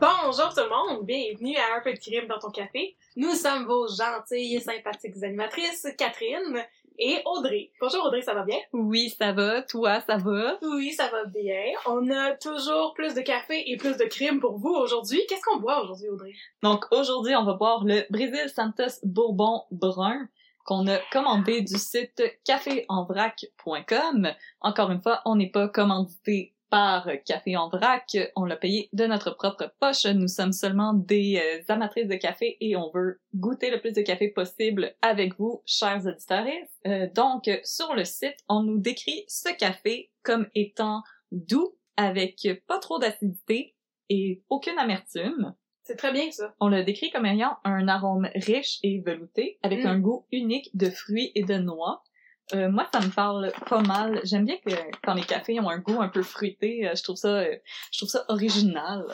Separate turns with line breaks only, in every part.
Bonjour tout le monde, bienvenue à Un peu de crime dans ton café. Nous sommes vos gentilles et sympathiques animatrices, Catherine et Audrey. Bonjour Audrey, ça va bien?
Oui, ça va. Toi, ça va?
Oui, ça va bien. On a toujours plus de café et plus de crime pour vous aujourd'hui. Qu'est-ce qu'on boit aujourd'hui Audrey?
Donc, aujourd'hui, on va boire le Brésil Santos Bourbon Brun qu'on a commandé du site caféenvrac.com. Encore une fois, on n'est pas commandité par Café en vrac. On l'a payé de notre propre poche. Nous sommes seulement des euh, amatrices de café et on veut goûter le plus de café possible avec vous, chers auditeurs. Euh, donc, euh, sur le site, on nous décrit ce café comme étant doux, avec pas trop d'acidité et aucune amertume.
C'est très bien ça.
On le décrit comme ayant un arôme riche et velouté, avec
Mm.
un goût unique de fruits et de noix. Euh, moi, ça me parle pas mal. J'aime bien que quand les cafés ont un goût un peu fruité, euh, je trouve ça, euh, je trouve ça original.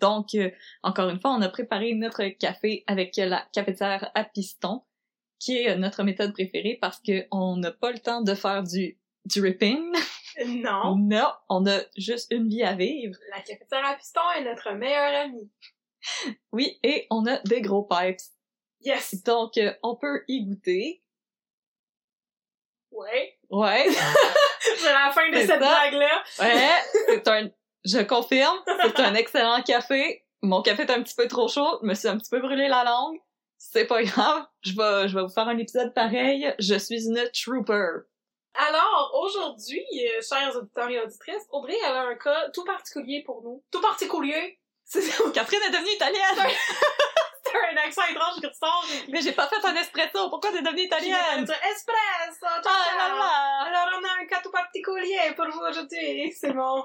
Donc, euh, encore une fois, on a préparé notre café avec la cafetière à piston, qui est euh, notre méthode préférée parce que on n'a pas le temps de faire du dripping.
Non,
Non, on a juste une vie à vivre.
la cafetière à piston est notre meilleure amie.
Oui, et on a des gros pipes.
Yes!
Donc, euh, on peut y goûter.
Ouais,
Ouais,
c'est la fin de
C'est
cette
ça.
blague-là.
ouais, c'est un... Je confirme, c'est un excellent café. Mon café est un petit peu trop chaud, je me suis un petit peu brûlé la langue. C'est pas grave, je vais, je vais vous faire un épisode pareil. Je suis une trooper.
Alors, aujourd'hui, euh, chers auditeurs et auditrices, Audrey elle a un cas tout particulier pour nous. Tout particulier! C'est
Catherine est devenue italienne!
un accent étrange qui ressort.
Mais j'ai pas fait un espresso, pourquoi t'es devenue italienne?
Espresso!
Ah là là!
oh, Alors, on a un cas tout particulier pour vous aujourd'hui. C'est mon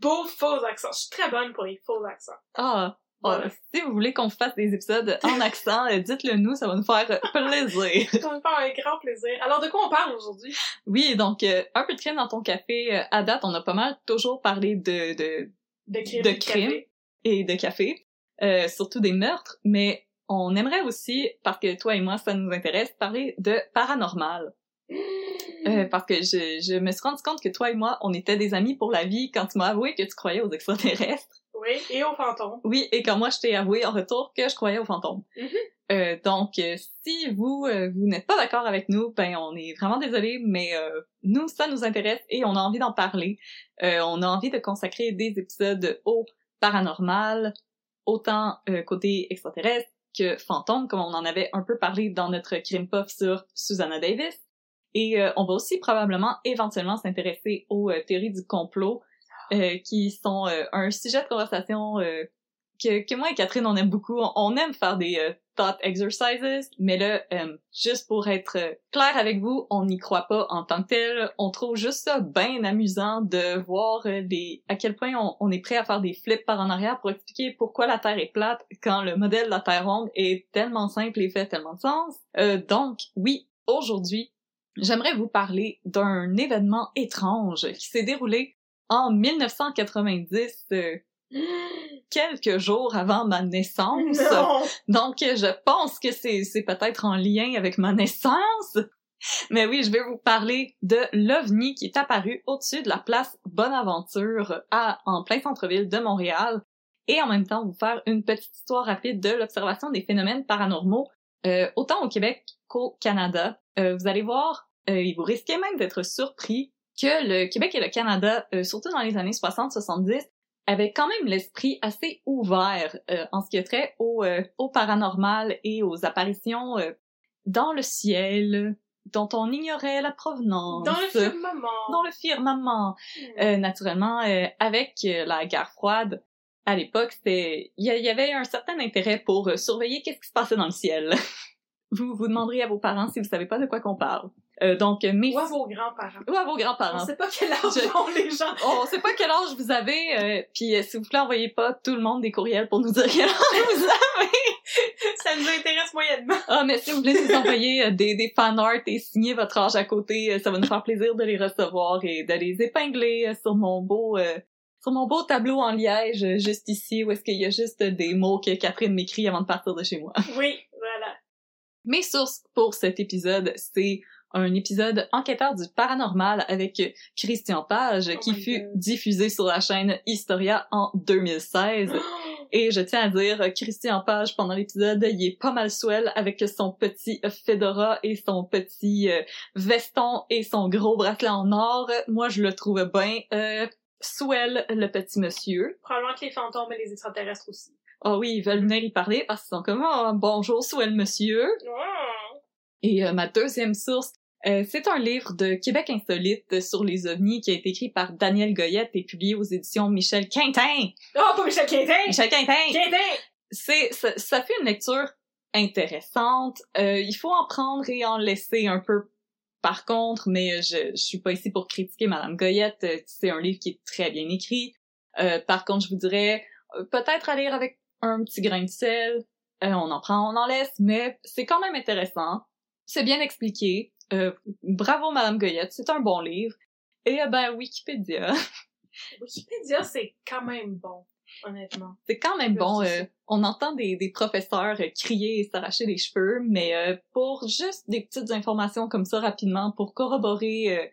beau faux accent. Je suis très bonne pour les faux accents.
Ah,
Voilà.
ah, si vous voulez qu'on fasse des épisodes en accent, euh, dites-le nous, ça va nous faire euh, plaisir.
Ça va me faire un grand plaisir. Alors, de quoi on parle aujourd'hui?
Oui, donc euh, un peu de crème dans ton café. Euh, à date, on a pas mal toujours parlé de, de
De crime.
De crime. et de café, euh, surtout des meurtres, mais on aimerait aussi, parce que toi et moi, ça nous intéresse, parler de paranormal. Euh, parce que je, je me suis rendu compte que toi et moi, on était des amis pour la vie quand tu m'as avoué que tu croyais aux extraterrestres.
Oui, et aux fantômes.
Oui, et quand moi, je t'ai avoué en retour que je croyais aux fantômes.
Mhm.
Euh, donc, euh, si vous, euh, vous n'êtes pas d'accord avec nous, ben on est vraiment désolé, mais euh, nous, ça nous intéresse et on a envie d'en parler. Euh, on a envie de consacrer des épisodes au paranormal, autant euh, côté extraterrestre que fantôme, comme on en avait un peu parlé dans notre crime puff sur Susanna Davis. Et euh, on va aussi probablement éventuellement s'intéresser aux euh, théories du complot, euh, qui sont euh, un sujet de conversation euh, que, que moi et Catherine, on aime beaucoup. On, on aime faire des euh, thought exercises, mais là, euh, juste pour être euh, clair avec vous, on n'y croit pas en tant que tel. On trouve juste ça bien amusant de voir euh, des, à quel point on, on est prêt à faire des flips par en arrière pour expliquer pourquoi la Terre est plate quand le modèle de la Terre ronde est tellement simple et fait tellement de sens. Euh, donc, oui, aujourd'hui, j'aimerais vous parler d'un événement étrange qui s'est déroulé en 1990 euh, quelques jours avant ma naissance.
Non!
Donc, euh, je pense que c'est c'est peut-être en lien avec ma naissance. Mais oui, je vais vous parler de l'OVNI qui est apparu au-dessus de la place Bonaventure à, en plein centre-ville de Montréal. Et en même temps, vous faire une petite histoire rapide de l'observation des phénomènes paranormaux, euh, autant au Québec qu'au Canada. Euh, vous allez voir, euh, et vous risquez même d'être surpris que le Québec et le Canada, euh, surtout dans les années 60-70, avait quand même l'esprit assez ouvert euh, en ce qui a trait au, euh, au paranormal et aux apparitions euh, dans le ciel dont on ignorait la provenance.
Dans le firmament.
Dans le firmament.
Hmm.
Euh, naturellement, euh, avec euh, la guerre froide, à l'époque, c'était il y, a- il y avait un certain intérêt pour euh, surveiller qu'est-ce qui se passait dans le ciel. vous vous demanderez à vos parents si vous savez pas de quoi qu'on parle. Euh, donc, euh, mais
Ou à vos grands-parents.
ou à vos
On
grands-parents.
sait pas quel âge
Ah. Je- Oh.
ont les gens.
On sait pas quel âge vous avez, euh, puis euh, s'il vous plaît, envoyez pas tout le monde des courriels pour nous dire quel âge vous avez.
Ça nous intéresse moyennement.
Ah, mais s'il vous plaît, nous envoyez euh, des, des fanarts et signez votre âge à côté, euh, ça va nous faire plaisir de les recevoir et de les épingler euh, sur mon beau euh, sur mon beau tableau en liège euh, juste ici où est-ce qu'il y a juste euh, des mots que Catherine m'écrit avant de partir de chez moi.
Oui, voilà.
Mes sources pour cet épisode, c'est un épisode enquêteur du paranormal avec Christian Page
Oh
qui
my
fut
God.
diffusé sur la chaîne Historia en 2016. Et je tiens à dire, euh, Christian Page, pendant l'épisode, il est pas mal swell avec son petit fedora et son petit euh, veston et son gros bracelet en or. Moi, je le trouve bien euh, swell, le petit monsieur.
Probablement que les fantômes et les extraterrestres aussi.
Ah oui, ils veulent venir y parler parce qu'ils sont comme « Ah, bonjour, swell monsieur ».
Oh.
Et euh, ma deuxième source, euh, c'est un livre de Québec insolite sur les ovnis qui a été écrit par Daniel Goyette et publié aux éditions Michel Quintin.
Oh, pas Michel Quintin!
Michel Quintin!
Quintin!
c'est ça, ça fait une lecture intéressante. Euh, il faut en prendre et en laisser un peu. Par contre, mais euh, je, je suis pas ici pour critiquer Madame Goyette. Euh, C'est un livre qui est très bien écrit. Euh, par contre, je vous dirais euh, peut-être à lire avec un petit grain de sel. Euh, on en prend, on en laisse, mais c'est quand même intéressant. C'est bien expliqué. Euh, bravo Madame Goyette, c'est un bon livre. Et euh, ben Wikipédia,
Wikipédia, c'est quand même bon, honnêtement.
C'est quand même
Je
bon.
suis
euh,
sûre.
on entend des, des professeurs euh, crier et s'arracher les cheveux, mais euh, pour juste des petites informations comme ça rapidement, pour corroborer euh,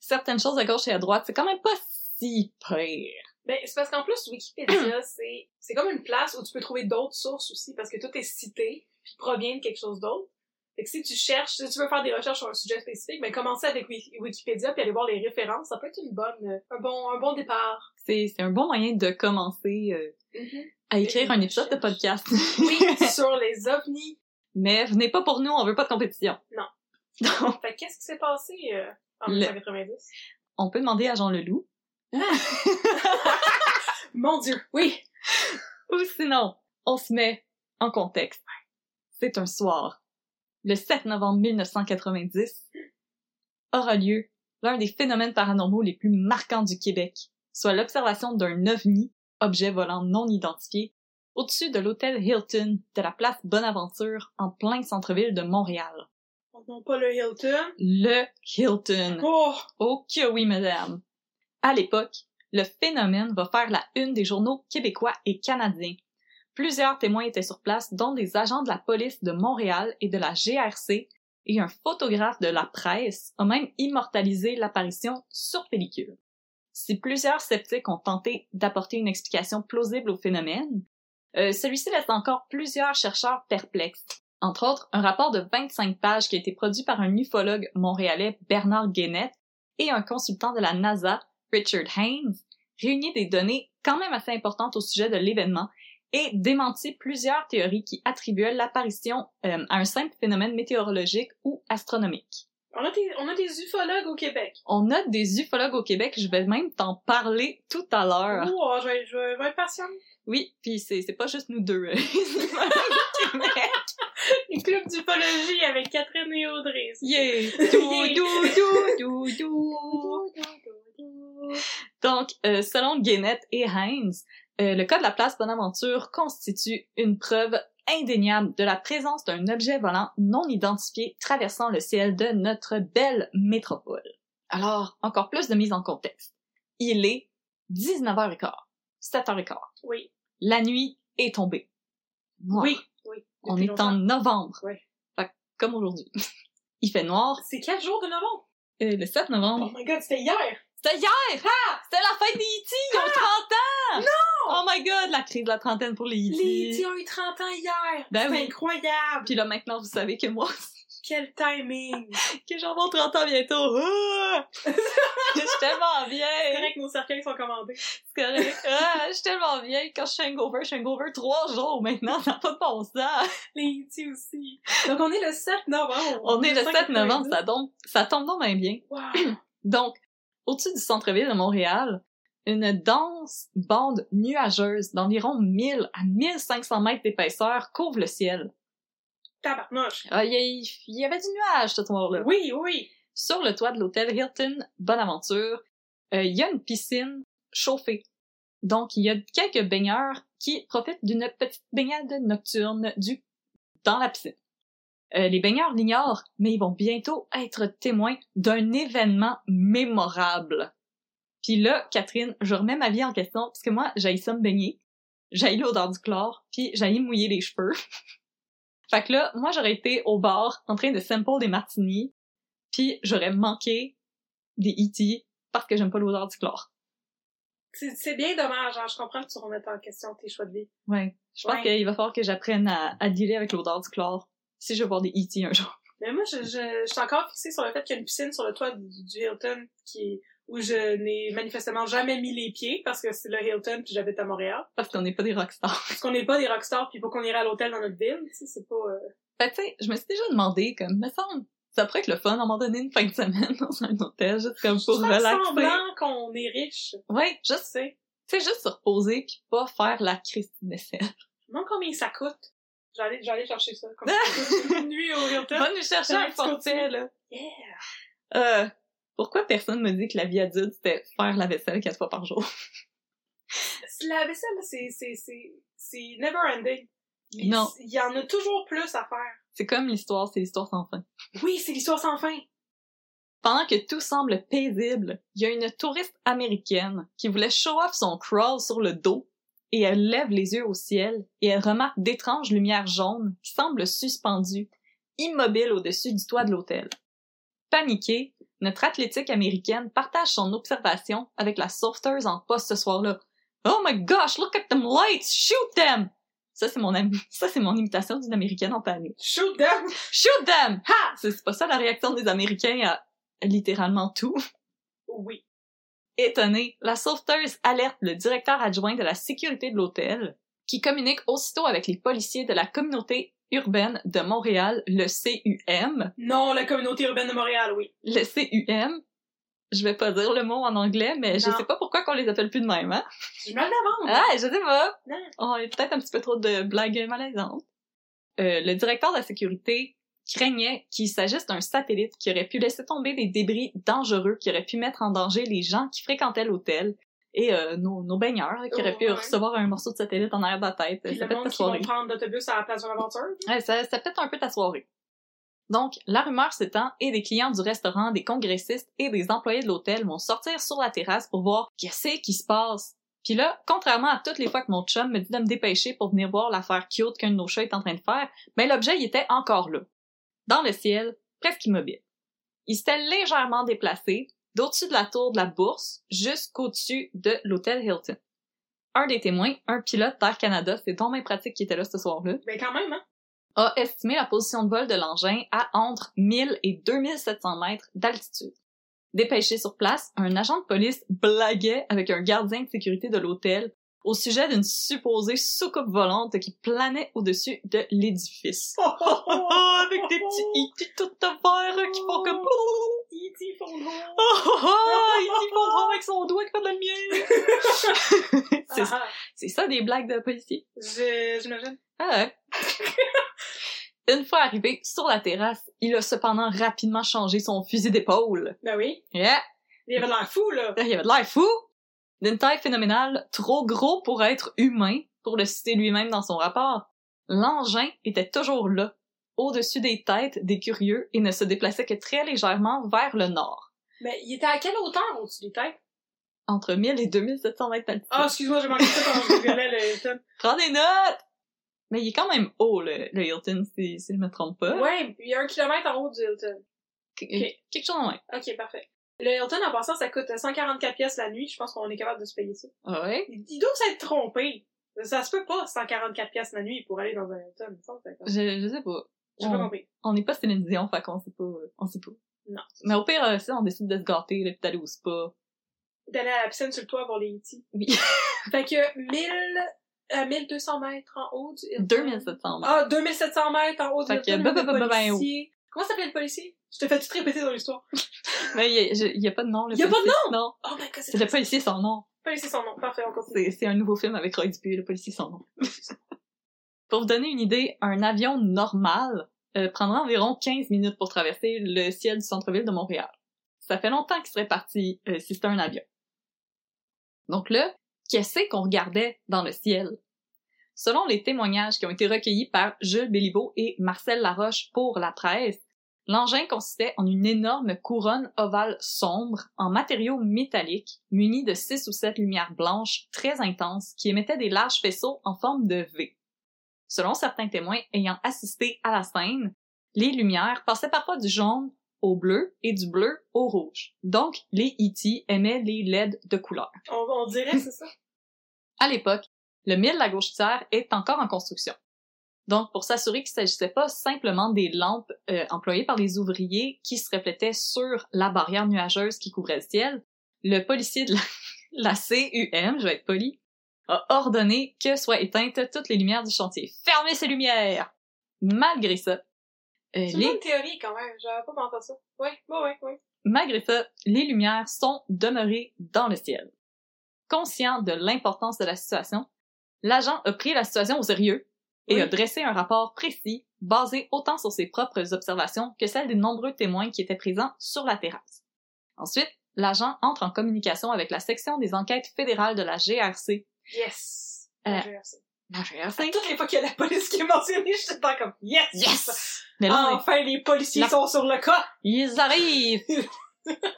certaines choses à gauche et à droite, c'est quand même pas si pire.
Ben, c'est parce qu'en plus, Wikipédia, c'est, c'est comme une place où tu peux trouver d'autres sources aussi, parce que tout est cité, puis provient de quelque chose d'autre. Fait que si tu cherches, si tu veux faire des recherches sur un sujet spécifique, ben, commencer avec Wik- Wikipédia puis aller voir les références, ça peut être une bonne, euh, un bon, un bon départ.
C'est c'est un bon moyen de commencer euh, à écrire un épisode de podcast.
Oui, sur les ovnis.
mais venez pas pour nous, on veut pas de compétition.
Non.
Donc,
Fait que qu'est-ce qui s'est passé, euh, en
Le-
1990?
on peut demander à Jean Leloup.
Ah! Mon dieu, oui!
Ou sinon, on se met en contexte. C'est un soir. Le 7 novembre 1990 aura lieu l'un des phénomènes paranormaux les plus marquants du Québec, soit l'observation d'un ovni, objet volant non identifié, au-dessus de l'hôtel Hilton de la place Bonaventure en plein centre-ville de Montréal.
On n'a pas le E. Hilton.
Le Hilton.
Oh!
Oh que oui, madame! À l'époque, le phénomène va faire la une des journaux québécois et canadiens. Plusieurs témoins étaient sur place, dont des agents de la police de Montréal et de la GRC, et un photographe de la presse a même immortalisé l'apparition sur pellicule. Si plusieurs sceptiques ont tenté d'apporter une explication plausible au phénomène, euh, celui-ci laisse encore plusieurs chercheurs perplexes. Entre autres, un rapport de 25 pages qui a été produit par un ufologue montréalais Bernard Guénette et un consultant de la NASA, Richard Haynes, réunit des données quand même assez importantes au sujet de l'événement et démentit plusieurs théories qui attribuaient l'apparition euh, à un simple phénomène météorologique ou astronomique.
On a des, on a des ufologues au Québec.
On a des ufologues au Québec, je vais même t'en parler tout à l'heure.
Oh, je vais, je vais- je vais être patiente.
Oui, puis c'est c'est pas juste nous deux. euh, les ufologues au Québec.
Le club d'ufologie avec Catherine et Audrey.
Yeah! Dou, dou, dou, dou, dou. Donc, euh, selon Guénette et Heinz, euh, le cas de la place Bonaventure constitue une preuve indéniable de la présence d'un objet volant non identifié traversant le ciel de notre belle métropole. Alors, encore plus de mise en contexte. Il est 19h15. 7h15.
Oui.
La nuit est tombée. Noir.
Oui. Oui.
On
Depuis
est
longtemps.
en novembre.
Ouais.
Fait que, comme aujourd'hui. Il fait noir.
C'est quatre jours de novembre.
Euh, le 7
Oh
novembre.
my god, c'était hier.
C'était hier! hein? C'était la fête des E.T. Ils ont 30 ans! Ah! Non! Oh my god, la crise de la trentaine pour les E.T.
Les E.T. ont eu 30 ans hier.
Ben
c'est
oui.
incroyable.
Puis là, maintenant, vous savez que moi,
Quel timing.
que j'en vais 30 ans bientôt. Ah! je suis tellement
C'est
vieille.
vrai que nos cercueils sont commandés.
C'est correct. Ah, je suis tellement vieille. Quand je suis hangover, je suis hangover trois jours maintenant. Ça n'a pas de bon sens.
Les E.T. aussi. Donc, on est le 7 novembre.
On est le 7 novembre. Ça tombe, ça tombe donc bien bien.
Wow.
Donc, au-dessus du centre-ville de Montréal, une dense bande nuageuse d'environ 1000 à 1500 mètres d'épaisseur couvre le ciel.
Tabarnouche.
Ah, Il y, il y avait du nuage ce soir-là.
Oui, oui.
Sur le toit de l'hôtel Hilton Bonaventure, euh, il y a une piscine chauffée. Donc, il y a quelques baigneurs qui profitent d'une petite baignade nocturne du dans la piscine. Euh, les baigneurs l'ignorent, mais ils vont bientôt être témoins d'un événement mémorable. Puis là, Catherine, je remets ma vie en question, parce que moi, j'aille ça me baigner, j'aille l'odeur du chlore, puis j'aille mouiller les cheveux. fait que là, moi, j'aurais été au bar en train de sample des martinis, puis j'aurais manqué des E.T. parce que j'aime pas l'odeur du chlore.
C'est c'est bien dommage. hein. Je comprends que tu remettes en question tes choix de vie.
Ouais. Je pense
Ouais.
qu'il va falloir que j'apprenne à, à dealer avec l'odeur du chlore si je veux voir des E.T. un jour.
Mais moi, je, je, je suis encore fixée sur le fait qu'il y a une piscine sur le toit du, du Hilton qui est- où je n'ai manifestement jamais mis les pieds parce que c'est le Hilton puis j'habite à Montréal.
Parce qu'on n'est pas des rockstars.
Parce qu'on n'est pas des rockstars puis faut qu'on ira à l'hôtel dans notre ville, tu sais, c'est pas... euh,
Fait que, Ben, tu sais, je me suis déjà demandé, comme, me semble, ça pourrait être le fun à un moment donné une fin de semaine dans un hôtel, juste comme pour
faire
relaxer.
semblant qu'on est riche,
Ouais,
je
juste,
sais.
tu sais, juste se reposer puis pas faire la crise de vaisselle.
Je me demande combien ça coûte. J'allais j'allais chercher ça. Comme ça, une nuit au Hilton.
Va nous chercher
Ouais,
un
tu
forfait,
continues.
là.
Yeah!
Euh, pourquoi personne me dit que la vie adulte, c'était faire la vaisselle quatre fois par jour?
La vaisselle, c'est- c'est c'est- c'est never ending. Il,
Non.
Il y en a toujours plus à faire.
C'est comme l'histoire, c'est l'histoire sans fin.
Oui, c'est l'histoire sans fin.
Pendant que tout semble paisible, il y a une touriste américaine qui voulait show off son crawl sur le dos et elle lève les yeux au ciel et elle remarque d'étranges lumières jaunes qui semblent suspendues, immobiles au-dessus du toit de l'hôtel. Paniquée, notre athlétique américaine partage son observation avec la sauveteuse en poste ce soir-là. Oh my gosh, look at them lights, shoot them! Ça, c'est mon, ami- ça, c'est mon imitation d'une américaine en panique.
Shoot them!
Shoot them! Ha! C'est c'est pas ça la réaction des Américains à littéralement tout.
Oui.
Étonnée, la sauveteuse alerte le directeur adjoint de la sécurité de l'hôtel, qui communique aussitôt avec les policiers de la communauté urbaine de Montréal, le CUM.
Non, la communauté urbaine de Montréal, oui.
Le CUM, je vais pas dire le mot en anglais, mais je
Non.
sais pas pourquoi qu'on les appelle plus de même, hein?
J'ai mal d'avance.
Ah, je sais pas.
Non.
On est peut-être un petit peu trop de blagues malaisantes. Euh, le directeur de la sécurité craignait qu'il s'agisse d'un satellite qui aurait pu laisser tomber des débris dangereux qui auraient pu mettre en danger les gens qui fréquentaient l'hôtel et euh, nos, nos baigneurs là, qui auraient pu
Oh, Ouais.
recevoir un morceau de satellite en arrière de la tête.
Puis
Ça
le
peut être
monde qui vont
soirée.
prendre l'autobus à la place de l'aventure.
Ouais, ça, ça pète un peu ta soirée. Donc, la rumeur s'étend et des clients du restaurant, des congressistes et des employés de l'hôtel vont sortir sur la terrasse pour voir qu'est-ce qui se passe. Puis là, contrairement à toutes les fois que mon chum me dit de me dépêcher pour venir voir l'affaire cute qu'un de nos chats est en train de faire, ben l'objet il était encore là. Dans le ciel, presque immobile. Il s'était légèrement déplacé d'au-dessus de la tour de la bourse jusqu'au-dessus de l'hôtel Hilton. Un des témoins, un pilote d'Air Canada, c'est donc bien pratique qui était là ce soir-là,
Ben quand même, hein.
a estimé la position de vol de l'engin à entre 1000 et 2700 mètres d'altitude. Dépêché sur place, un agent de police blaguait avec un gardien de sécurité de l'hôtel au sujet d'une supposée soucoupe volante qui planait au-dessus de l'édifice. Oh, avec des petits hits tout à verre qui font comme... Oh,
E.T. font
oh, oh, oh, ils font trop avec son doigt qui fait de la lumière. C'est- C'est ça des blagues de policiers.
Ah, J'imagine.
Ah ouais. Une fois arrivé sur la terrasse, il a cependant rapidement changé son fusil d'épaule.
Ben oui.
Yeah!
Il avait l'air fou, là.
Il avait de l'air fou! D'une taille phénoménale, trop gros pour être humain, pour le citer lui-même dans son rapport, l'engin était toujours là, au-dessus des têtes des curieux et ne se déplaçait que très légèrement vers le nord.
Mais il était à quelle hauteur au-dessus des têtes?
entre 1000 et 2720 palpitations.
Ah, excuse-moi, j'ai manqué ça quand je regardais le Hilton.
Prends des notes! Mais il est quand même haut, le, le Hilton, si, si je me trompe pas.
Ouais, il y a un kilomètre en haut du Hilton.
Qu- Quelque chose en moins.
Ok, parfait. Le Hilton, en passant, ça coûte 144 pièces la nuit. Je pense qu'on est capable de se payer ça.
Ouais.
Ils ils doivent s'être trompés. Ça se peut pas, 144 pièces la nuit pour aller dans un Hilton. il me semble que ça-
Je, je sais pas.
J'ai pas
On-
compris.
On n'est pas Céline Dion, fait qu'on sait pas. euh, On sait pas.
Non.
Mais au pire, euh, si on décide de se gâter, là, pis d'aller au spa.
D'aller à la piscine sur le toit voir les E.T.
Oui.
Fait que euh, 1000 à 1200 mètres en haut du Hilton.
2700 mètres.
Ah, 2700 mètres en haut du
Fait que
Hilton.
bah, bah,
le
bah, bah, bah,
policier. Comment s'appelait le policier? Je te fais tout répéter dans l'histoire.
Mais il y a- je- il y, a pas de nom, là.
Il y a pas de
nom! Non.
Oh my god,
C'est le policier sans nom.
policier son nom. Parfait, on continue.
C'est c'est un nouveau film avec Roy Dupuis, le policier sans nom. pour vous donner une idée, un avion normal euh, prendra environ 15 minutes pour traverser le ciel du centre-ville de Montréal. Ça fait longtemps qu'il serait parti euh, si c'était un avion. Donc là, qu'est-ce qu'on regardait dans le ciel? Selon les témoignages qui ont été recueillis par Jules Béliveau et Marcel Laroche pour la presse, l'engin consistait en une énorme couronne ovale sombre en matériaux métalliques munis de six ou sept lumières blanches très intenses qui émettaient des larges faisceaux en forme de V. Selon certains témoins ayant assisté à la scène, les lumières passaient parfois du jaune au bleu et du bleu au rouge. Donc, les E.T. aimaient les LED de couleur.
On, on dirait, c'est ça?
À l'époque, le mille la gauchetière est encore en construction. Donc, pour s'assurer qu'il ne s'agissait pas simplement des lampes euh, employées par les ouvriers qui se reflétaient sur la barrière nuageuse qui couvrait le ciel, le policier de la, la CUM, je vais être poli, a ordonné que soient éteintes toutes les lumières du chantier. Fermez ces lumières! Malgré ça, euh,
C'est
les...
une bonne théorie quand même, j'avais pas pensé à ça. Ouais, ouais, ouais, ouais.
Malgré ça, les lumières sont demeurées dans le ciel. Conscient de l'importance de la situation, l'agent a pris la situation au sérieux et
Oui.
a dressé un rapport précis basé autant sur ses propres observations que celles des nombreux témoins qui étaient présents sur la terrasse. Ensuite, l'agent entre en communication avec la section des enquêtes fédérales de la GRC.
Yes!
Euh,
La GRC.
La GRC?
Toutes les fois qu'il y a la police qui est mentionnée, je suis tout le temps comme yes!
Yes! Mais là, on est-
Enfin, les policiers
La-
sont sur le cas!
Ils arrivent!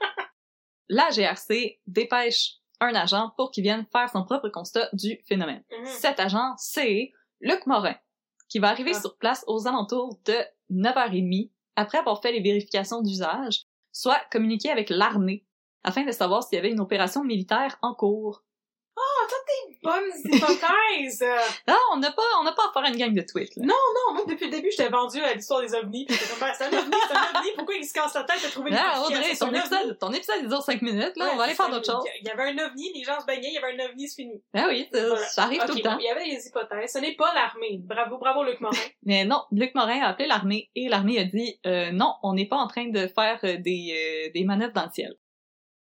la GRC dépêche un agent pour qu'il vienne faire son propre constat du phénomène.
Mhm.
Cet agent, c'est Luc Morin, qui va arriver
Ah.
sur place aux alentours de 9h30 après avoir fait les vérifications d'usage, soit communiquer avec l'armée afin de savoir s'il y avait une opération militaire en cours.
Bonnes hypothèses! Euh,
Ah, on n'a pas, on n'a pas affaire à une gang de tweets, là.
Non. non, moi, depuis le début, j'étais vendue à l'histoire des ovnis, pis j'étais comme, ben, c'est un ovni, c'est un ovni, pourquoi ils se cassent la tête de trouver une
Ah, Audrey,
justification?
ton
C'est un ovni.
épisode, ton épisode, il dure 5 minutes, là, on va
Ouais,
aller
c'est
faire
ça,
d'autres choses.
Il y avait un ovni, les gens se baignaient, il y avait un ovni, c'est fini.
Ah oui, ça,
Voilà.
ça arrive
Ok,
tout le
bon,
temps.
il y avait les hypothèses. Ce n'est pas l'armée. Bravo, bravo, Luc Morin.
Mais non, Luc Morin a appelé l'armée et l'armée a dit euh, non, on n'est pas en train de faire euh, des, euh, des manœuvres dans le ciel.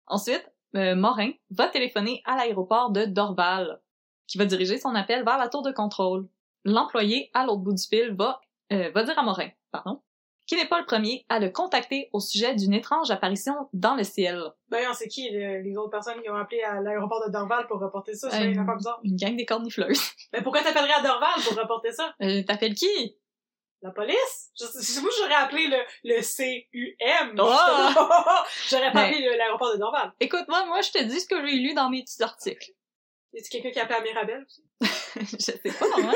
Ensuite, euh, Morin va téléphoner à l'aéroport de Dorval, qui va diriger son appel vers la tour de contrôle. L'employé à l'autre bout du fil va, euh, va dire à Morin, pardon, qui n'est pas le premier à le contacter au sujet d'une étrange apparition dans le ciel.
ben, on sait qui, le- les autres personnes qui ont appelé à l'aéroport de Dorval pour reporter ça, c'est
Euh,
une affaire bizarre.
Une gang des cornifleuses.
Mais Ben, pourquoi t'appellerais à Dorval pour reporter ça?
Euh, T'appelles qui?
La police? Je, je- moi, j'aurais appelé le, le CUM. justement.
Oh!
j'aurais pas
Mais-
appelé le- l'aéroport de Dorval.
Écoute-moi, moi je te dis ce que j'ai lu dans mes petits articles.
Y a-t-il quelqu'un qui a appelé à Mirabel?
je sais pas, moi.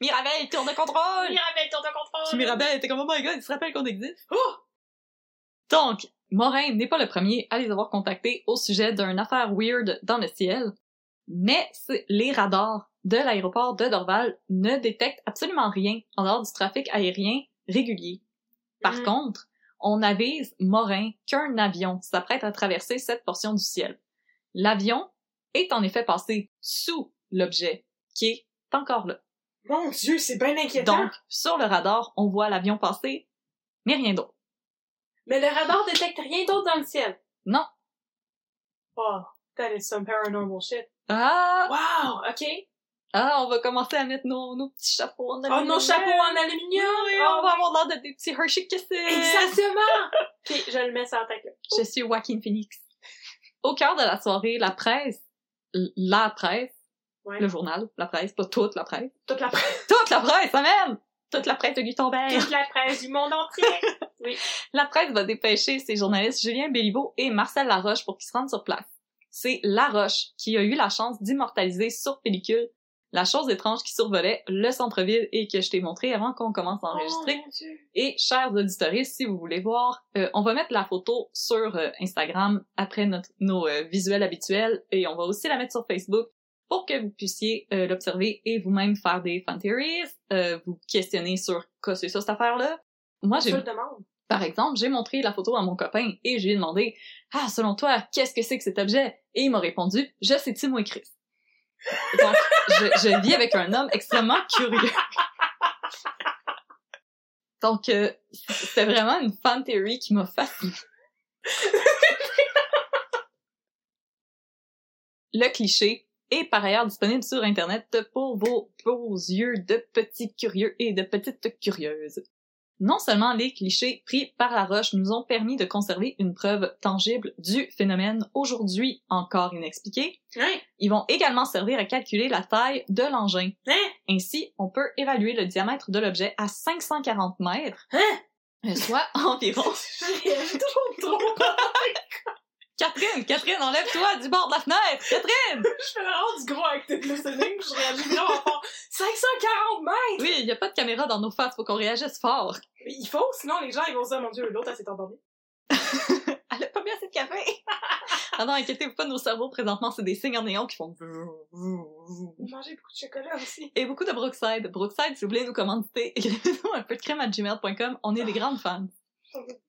Mirabel, tour de contrôle!
Mirabel, tour de
Puis
contrôle!
Mirabel était comme, oh my god, il se rappelle qu'on existe.
Oh!
Donc, Morin n'est pas le premier à les avoir contactés au sujet d'une affaire weird dans le ciel, mais c'est- les radars de l'aéroport de Dorval ne détectent absolument rien en dehors du trafic aérien régulier. Par
Mhm.
contre, on avise Morin qu'un avion s'apprête à traverser cette portion du ciel. L'avion est en effet passé sous l'objet qui est encore là.
Mon dieu, c'est bien inquiétant.
Donc, sur le radar, on voit l'avion passer, mais rien d'autre.
Mais le radar détecte rien d'autre dans le ciel.
Non.
Oh, that is some paranormal shit.
Ah!
Wow, ok.
Ah, on va commencer à mettre nos, nos petits chapeaux en
Oh, nos chapeaux en aluminium.
Oui,
Oh,
on va avoir l'air de des petits Hershey Kisses!
Exactement! ok, je le mets sur la tête là.
Je suis Joaquin Phoenix. Au cœur de la soirée, la presse, l- la presse,
Ouais.
le journal, la presse, pas toute la presse,
Toute la presse.
toute la presse, même! Toute la presse de Gutenberg!
Toute la presse du monde entier.
La presse va dépêcher ses journalistes Julien Béliveau et Marcel Laroche pour qu'ils se rendent sur place. c'est La Roche qui a eu la chance d'immortaliser sur pellicule la chose étrange qui survolait le centre-ville et que je t'ai montré avant qu'on commence à enregistrer.
Oh, mon Dieu.
Et chers auditeurs, si vous voulez voir, euh, on va mettre la photo sur euh, Instagram après notre, nos euh, visuels habituels et on va aussi la mettre sur Facebook pour que vous puissiez euh, l'observer et vous-même faire des fan theories, euh, vous questionner sur quoi c'est ça cette affaire-là. Moi, Ah, j'ai
Je le demande.
par exemple, j'ai montré la photo à mon copain et je lui ai demandé Ah, selon toi, qu'est-ce que c'est que cet objet Et il m'a répondu Je sais Tim et Chris. Donc, je, je vis avec un homme extrêmement curieux. Donc, euh, c'était vraiment une fan theory qui m'a fascinée. Le cliché est par ailleurs disponible sur Internet pour vos beaux yeux de petits curieux et de petites curieuses. Non seulement les clichés pris par la roche nous ont permis de conserver une preuve tangible du phénomène aujourd'hui encore inexpliqué,
Hein?
ils vont également servir à calculer la taille de l'engin.
Hein?
Ainsi, on peut évaluer le diamètre de l'objet à 540 mètres,
Hein?
euh, soit environ...
J'ai toujours trop peur.
Catherine, Catherine, enlève-toi du bord de la fenêtre! Catherine!
Je fais vraiment du gros acte de listening, je réagis vraiment fort. 540 mètres!
Oui, il n'y a pas de caméra dans nos faces, faut qu'on réagisse fort.
Mais il faut, sinon les gens ils vont se dire, mon Dieu, l'autre elle s'est endormie.
Elle a pas bu assez de café! ah non, inquiétez-vous pas, nos cerveaux présentement, c'est des signes en néon qui font...
Vous mangez beaucoup de chocolat aussi.
Et beaucoup de Brookside. Brookside, si vous voulez nous commanditer, écrivez-nous un peu de crème à gmail.com. On est des grandes fans.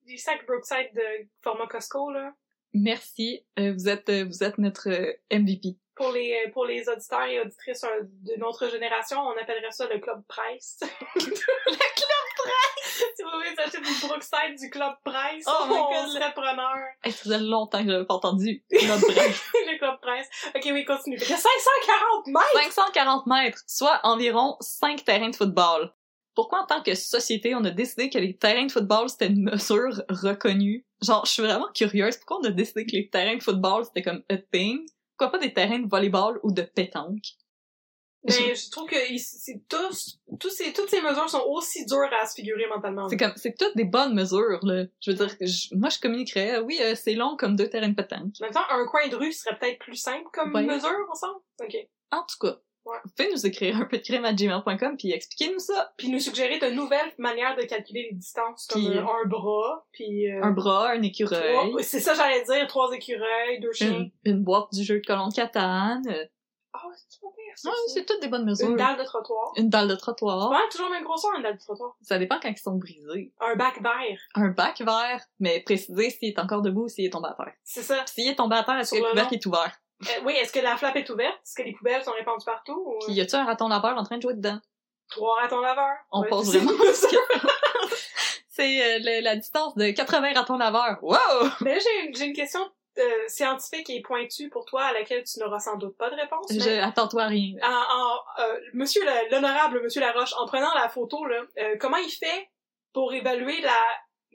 Des sacs Brookside de format Costco, là.
Merci. Euh, vous êtes, euh, vous êtes notre euh, MVP.
Pour les, euh, pour les auditeurs et auditrices euh, de notre génération, on appellerait ça le Club Price. le Club Price! si vous voulez acheter du Brookside du Club Price,
Oh my
on
God.
serait preneur.
Hey, Ça faisait longtemps que j'avais pas entendu notre bref.
le Club Price. Ok, oui, continue. Fait que 540 mètres!
540 mètres, soit environ 5 terrains de football. Pourquoi en tant que société, on a décidé que les terrains de football, c'était une mesure reconnue? Genre, je suis vraiment curieuse. Pourquoi on a décidé que les terrains de football, c'était comme a thing? Pourquoi pas des terrains de volleyball ou de pétanque?
Ben, je trouve que ils- c'est tous, tous ces, toutes ces mesures sont aussi dures à se figurer mentalement.
C'est comme, c'est toutes des bonnes mesures, là. Je veux dire, que je- moi, je communiquerais, euh, oui, euh, c'est long comme deux terrains de pétanque.
En même temps, un coin de rue serait peut-être plus simple comme
Ouais.
mesure, on sent. Ok.
En tout cas,
Ouais.
vous pouvez nous écrire un peu de crème à gmail.com puis expliquez-nous ça.
Puis nous euh, suggérer de nouvelles manières de calculer les distances, comme
Puis,
euh, un bras, puis euh,
Un bras, un
trois-
écureuil,
ouais, C'est ça j'allais dire, trois écureuils, deux chiens.
une, une boîte du jeu de colon catane. euh,
Ah ouais, c'est pas pire, ça,
ouais,
ça.
c'est toutes des bonnes mesures.
Une dalle de trottoir.
Une dalle de trottoir.
Ouais, toujours même grosseur, une dalle de trottoir.
Ça dépend quand ils sont brisés.
Un bac vert.
Un bac vert, mais préciser s'il est encore debout ou s'il est tombé à terre.
C'est ça.
S'il est tombé à terre, est-ce que
Sur le
le couvercle
long.
est ouvert?
Euh, oui, est-ce que la flappe est ouverte? Est-ce que les poubelles sont répandues partout? Ou... euh,
Puis y a-tu un raton laveur en train de jouer dedans?
Trois ratons laveurs.
On
Ouais,
pense
c'est-
vraiment aux questions. C'est euh, le- la distance de 80 ratons laveurs. Wow!
Mais là, j'ai une, j'ai une question euh, scientifique et pointue pour toi à laquelle tu n'auras sans doute pas de réponse. mais-
Je attends-toi à rien.
En- en- euh, monsieur la- l'honorable monsieur Laroche, en prenant la photo, là, euh, comment il fait pour évaluer la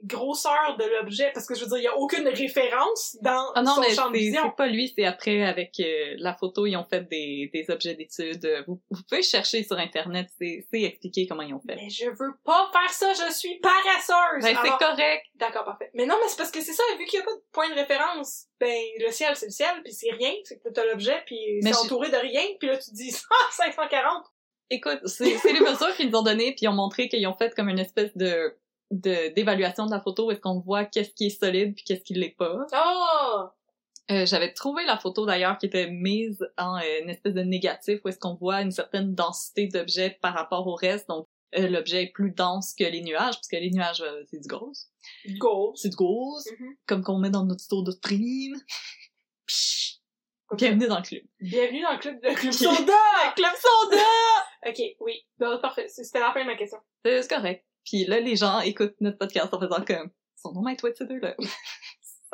grosseur de l'objet? Parce que je veux dire, il n'y a aucune référence dans
Ah non,
son
mais
champ de
c'est
vision.
c'est pas lui, c'est après avec euh, la photo, ils ont fait des, des objets d'études. Euh, Vous, vous pouvez chercher sur Internet, c'est c'est expliqué comment ils ont fait.
Mais je veux pas faire ça, je suis paresseuse!
Ben, c'est
Alors-
correct.
D'accord, parfait. Mais non, mais c'est parce que c'est ça, vu qu'il n'y a pas de point de référence, ben, le ciel, c'est le ciel, puis c'est rien, c'est que t'as l'objet, puis
Mais
c'est
je-
entouré de rien, puis là, tu te dis, ah, 540!
Écoute, c'est c'est les mesures qu'ils nous ont données, puis ils ont montré qu'ils ont fait comme une espèce de de- d'évaluation de la photo où est-ce qu'on voit qu'est-ce qui est solide puis qu'est-ce qui l'est pas.
Oh!
Euh, J'avais trouvé la photo d'ailleurs qui était mise en euh, une espèce de négatif où est-ce qu'on voit une certaine densité d'objets par rapport au reste. Donc euh, l'objet est plus dense que les nuages parce que les nuages euh, c'est du gauze.
Go!
C'est du gauze.
Mhm.
comme qu'on met dans notre store de stream. Psh. Bienvenue dans le club.
Bienvenue dans le club de Club
Ok.
Soda!
Club soda!
Ok, oui. Bon, parfait. C'était la fin de ma question.
C'est c'est correct. Puis là, les gens écoutent notre podcast en faisant comme son nom est ces deux là.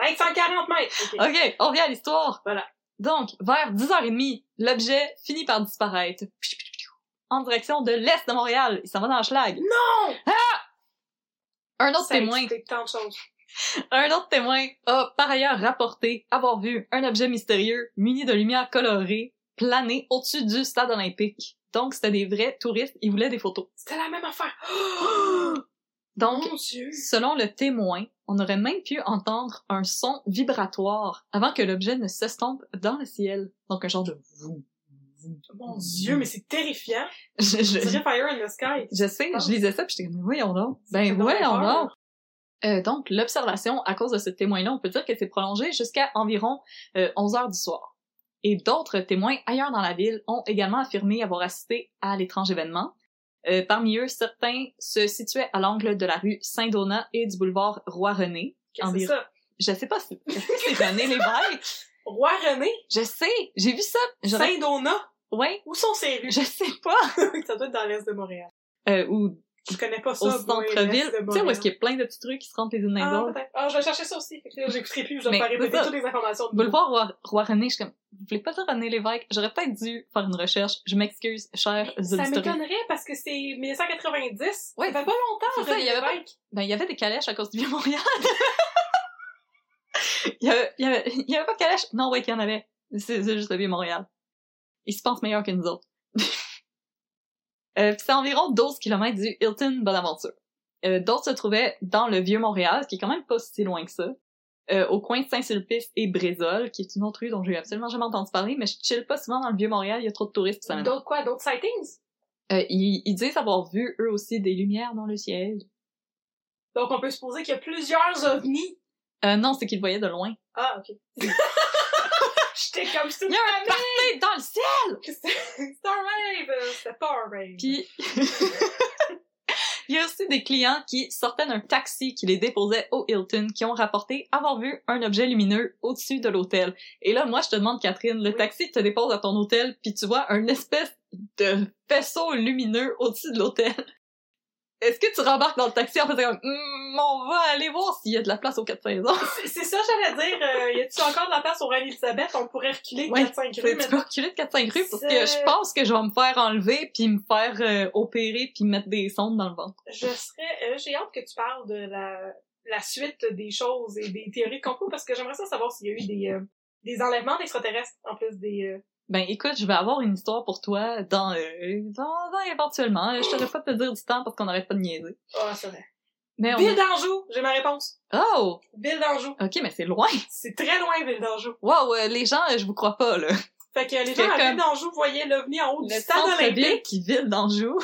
540 mètres! Ok.
OK, on revient à l'histoire.
Voilà.
Donc, vers 10h30, l'objet finit par disparaître. En direction de l'est de Montréal. Il s'en va dans Schlag.
Non!
Un autre
Ça
témoin,
explique tant de choses.
un autre témoin a par ailleurs rapporté avoir vu un objet mystérieux muni de lumière colorée planer au-dessus du stade olympique. Donc, c'était des vrais touristes. Ils voulaient des photos.
C'était la même affaire.
Donc,
Mon dieu!
selon le témoin, on aurait même pu entendre un son vibratoire avant que l'objet ne s'estompe dans le ciel. Donc un genre de vroom, vroom.
Mon Dieu, mais c'est terrifiant.
je,
C'est
je,
déjà Fire in the Sky.
je sais, je lisais ça puis j'étais comme, voyons donc. Ben
fait donc
voyons
peur.
donc. Euh, donc l'observation à cause de ce témoin-là, on peut dire que s'est prolongée jusqu'à environ euh, 11 heures du soir. Et d'autres témoins ailleurs dans la ville ont également affirmé avoir assisté à l'étrange événement. Euh, parmi eux, certains se situaient à l'angle de la rue Saint-Donat et du boulevard Roi-René.
Qu'est-ce que c'est
Environ-
ça?
Je sais pas si est-ce que c'est René Lévesque.
Roi René?
Je sais, j'ai vu ça. J'aurais-
Saint-Donat?
Ouais,
Où sont ces rues?
je sais pas.
ça doit être dans l'est de Montréal.
Euh, ou
Je connais pas ça.
au
moi, l'est
centre-ville.
de
Tu sais où
Montréal.
est-ce qu'il y a plein de petits trucs qui se rentrent les unes dans les
Ah,
autres.
peut-être. Ah, je vais chercher ça aussi. Fait que là, J'écouterai plus, je vais
Mais
faire
c'est
répéter
ça.
toutes les informations. de
Boulevard Roi- Roi-René, je suis comme, vous voulez pas dire René Lévesque? J'aurais peut-être dû faire une recherche. Je m'excuse, chers
Ça
auditeurs.
m'étonnerait parce que c'est 1990.
Ouais.
ça fait pas longtemps.
C'est ça, il y avait pas- Ben, il y avait des calèches à cause du Vieux-Montréal. il, y avait, il, y avait, il y avait pas de calèches? Non, ouais, qu'il y en avait. C'est c'est juste le Vieux-Montréal. Ils se pensent meilleurs que nous autres. euh, puis c'est environ 12 km du Hilton Bonaventure. Euh, D'autres se trouvaient dans le Vieux-Montréal, ce qui est quand même pas si loin que ça. euh, au coin de Saint-Sulpice et Brézol, qui est une autre rue dont j'ai absolument jamais entendu parler, mais je chill pas souvent dans le Vieux-Montréal, il y a trop de touristes pis ça m'énerve.
D'autres quoi? D'autres sightings?
Euh, ils, ils disent avoir vu, eux aussi, des lumières dans le ciel.
Donc, on peut supposer qu'il y a plusieurs ovnis.
Euh, non, c'est qu'ils le voyaient de loin.
Ah, ok. J'étais comme ça.
Il y a un party dans le ciel!
C'est un rave! euh, C'était pas un rave.
Puis, il y a aussi des clients qui sortaient d'un taxi qui les déposait au Hilton, qui ont rapporté avoir vu un objet lumineux au-dessus de l'hôtel. Et là, moi, je te demande, Catherine, le
Oui.
taxi te dépose à ton hôtel, puis tu vois un espèce de faisceau lumineux au-dessus de l'hôtel. Est-ce que tu rembarques dans le taxi en faisant comme, Hmm, on va aller voir s'il y a de la place aux quatre saisons?
C'est- C'est ça, j'allais dire. euh, y a-tu encore de la place au Reine Elisabeth? On pourrait reculer
Ouais,
4-5 rues,
Tu
mais
peux reculer de 4-5 rues parce que
C'est-
je pense que je vais me faire enlever puis me faire euh, opérer puis mettre des sondes dans le ventre.
je serais. euh, J'ai hâte que tu parles de la, la suite des choses et des théories de complot parce que j'aimerais ça savoir s'il y a eu des, euh, des enlèvements d'extraterrestres en plus des. euh,
Ben écoute, je vais avoir une histoire pour toi dans euh, dans, dans éventuellement. Euh, Je t'aurais pas de te dire du temps parce qu'on n'arrête pas de niaiser.
Ah, c'est vrai.
Mais on
Ville d'Anjou! J'ai ma réponse.
Oh,
Ville d'Anjou.
ok, mais c'est loin.
C'est très loin, Ville d'Anjou.
Wow, euh, les gens, euh, je vous crois pas là.
Fait que les
Fait
gens à
comme-
Ville d'Anjou voyaient l'OVNI en haut du
Le
stade
centre-ville
olympique.
qui vide d'Anjou.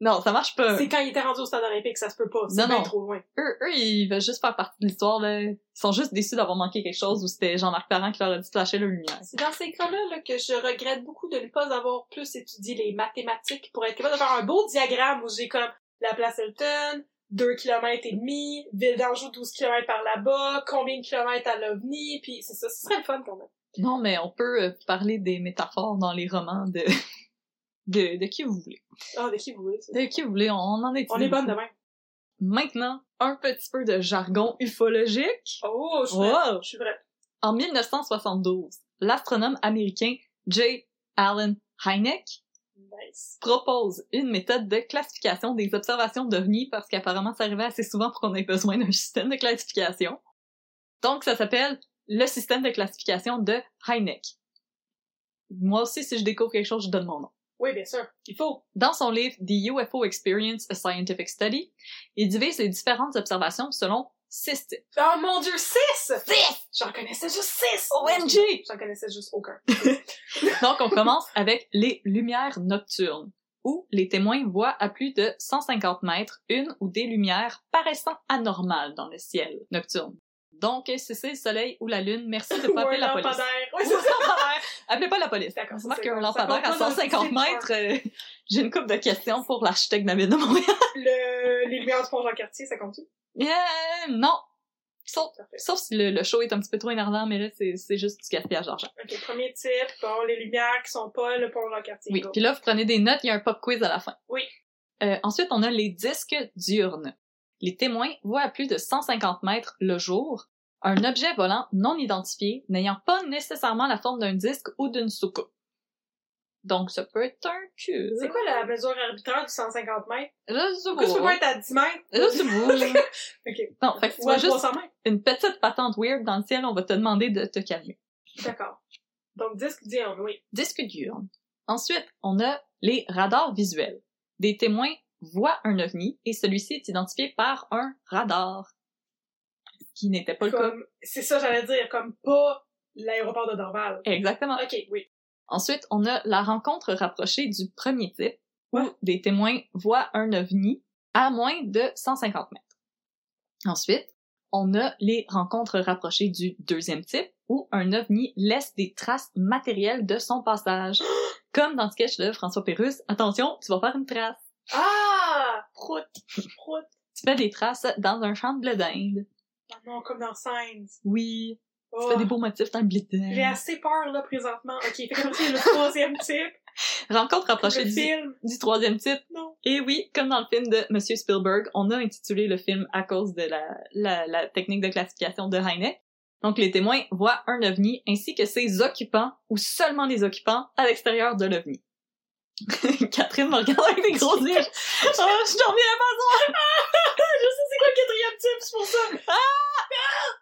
Non, ça marche pas.
C'est quand il était rendu au stade olympique, ça se peut pas.
Non,
C'est bien
non.
trop loin.
Eux, eux, ils veulent juste faire partie de l'histoire là. Ils sont juste déçus d'avoir manqué quelque chose ou c'était Jean-Marc Parent qui leur a dit de flasher le lumière.
C'est dans ces cas-là là, que je regrette beaucoup de ne pas avoir plus étudié les mathématiques pour être capable de faire un beau diagramme où j'ai comme la place Elton, 2 km et demi, Ville d'Anjou 12 km par là-bas, combien de kilomètres à l'OVNI, puis c'est ça, ce serait le fun quand même.
Non, mais on peut euh, parler des métaphores dans les romans de de, de qui vous voulez.
Ah, de qui vous voulez, ça.
De qui vous voulez, on en est.
On est bonne demain.
Maintenant, un petit peu de jargon ufologique.
Oh, je suis prête.
Wow!
Je suis prête.
En 1972, l'astronome américain J. Allen Hynek
Nice.
propose une méthode de classification des observations d'OVNI parce qu'apparemment ça arrivait assez souvent pour qu'on ait besoin d'un système de classification. Donc ça s'appelle le système de classification de Hynek. Moi aussi, si je découvre quelque chose, je donne mon nom.
Oui, bien sûr. Il faut.
Dans son livre The UFO Experience, A Scientific Study, il divise les différentes observations selon six types.
Oh mon dieu, 6! 6! J'en connaissais juste 6!
OMG!
J'en connaissais juste aucun.
Donc, on commence avec les lumières nocturnes, où les témoins voient à plus de 150 mètres une ou des lumières paraissant anormales dans le ciel nocturne. Donc, si c'est le soleil ou la lune, merci de
Ou
pas appeler la
un
police.
lampadaire.
Ou
Oui,
un
c'est ça.
lampadaire. Appelez pas la police.
D'accord,
Remarque
ça,
qu'un
ça
lampadaire
compte
à
pas dans le
150 mètres,
district.
euh, j'ai une couple de questions pour l'architecte de la ville de Montréal.
Le... Les lumières du pont Jean-Cartier, ça compte-tu?
Euh, non. Sauf,
Parfait.
sauf si le, le show est un petit peu trop énervant, mais là, c'est c'est juste du gaspillage d'argent.
Ok, premier type, bon, les lumières qui sont pas le pont Jean-Cartier.
Oui,
go.
puis là, vous prenez des notes, il y a un pop quiz à la fin.
Oui.
Euh, ensuite, on a les disques diurnes. Les témoins voient à plus de 150 mètres le jour un objet volant non identifié n'ayant pas nécessairement la forme d'un disque ou d'une soucoupe. Donc, ça peut être un cul.
C'est quoi la mesure arbitraire du 150 mètres?
Là, c'est
Pourquoi tu peux
beau.
pas être à 10 mètres?
Là, Oh. Euh, c'est beau.
Ok.
Non, fait que tu
Ou à
vois juste
300 mètres?
une petite patente weird dans le ciel, on va te demander de te calmer.
D'accord. Donc, disque diurne, oui.
disque diurne. Ensuite, on a les radars visuels. Des témoins voient un ovni et celui-ci est identifié par un radar. qui n'était pas le cas.
Comme, c'est ça, j'allais dire, comme pas l'aéroport de Dorval.
Exactement.
Ok, oui.
Ensuite, on a la rencontre rapprochée du premier type, où
Ouais.
des témoins voient un ovni à moins de 150 mètres. Ensuite, on a les rencontres rapprochées du deuxième type, où un ovni laisse des traces matérielles de son passage. Comme dans le sketch de François Pérusse, attention, tu vas faire une trace.
Ah! Prout! Prout!
Tu fais des traces dans un champ de blé d'Inde.
Ah non, comme dans Signs.
Oui, tu
Oh.
fais des beaux motifs dans le blé
J'ai
d'Inde.
assez peur, là, présentement. Ok, fait que comme c'est le troisième type.
Rencontre rapprochée
le
du,
film.
du troisième type,
Non.
Et oui, comme dans le film de Monsieur Spielberg, on a intitulé le film à cause de la, la- la technique de classification de Heineck. Donc les témoins voient un ovni ainsi que ses occupants ou seulement les occupants à l'extérieur de l'ovni. Catherine me regarde avec des gros yeux. Oh, je dormais Ah,
Je sais c'est quoi le quatrième type, c'est pour ça.
pas.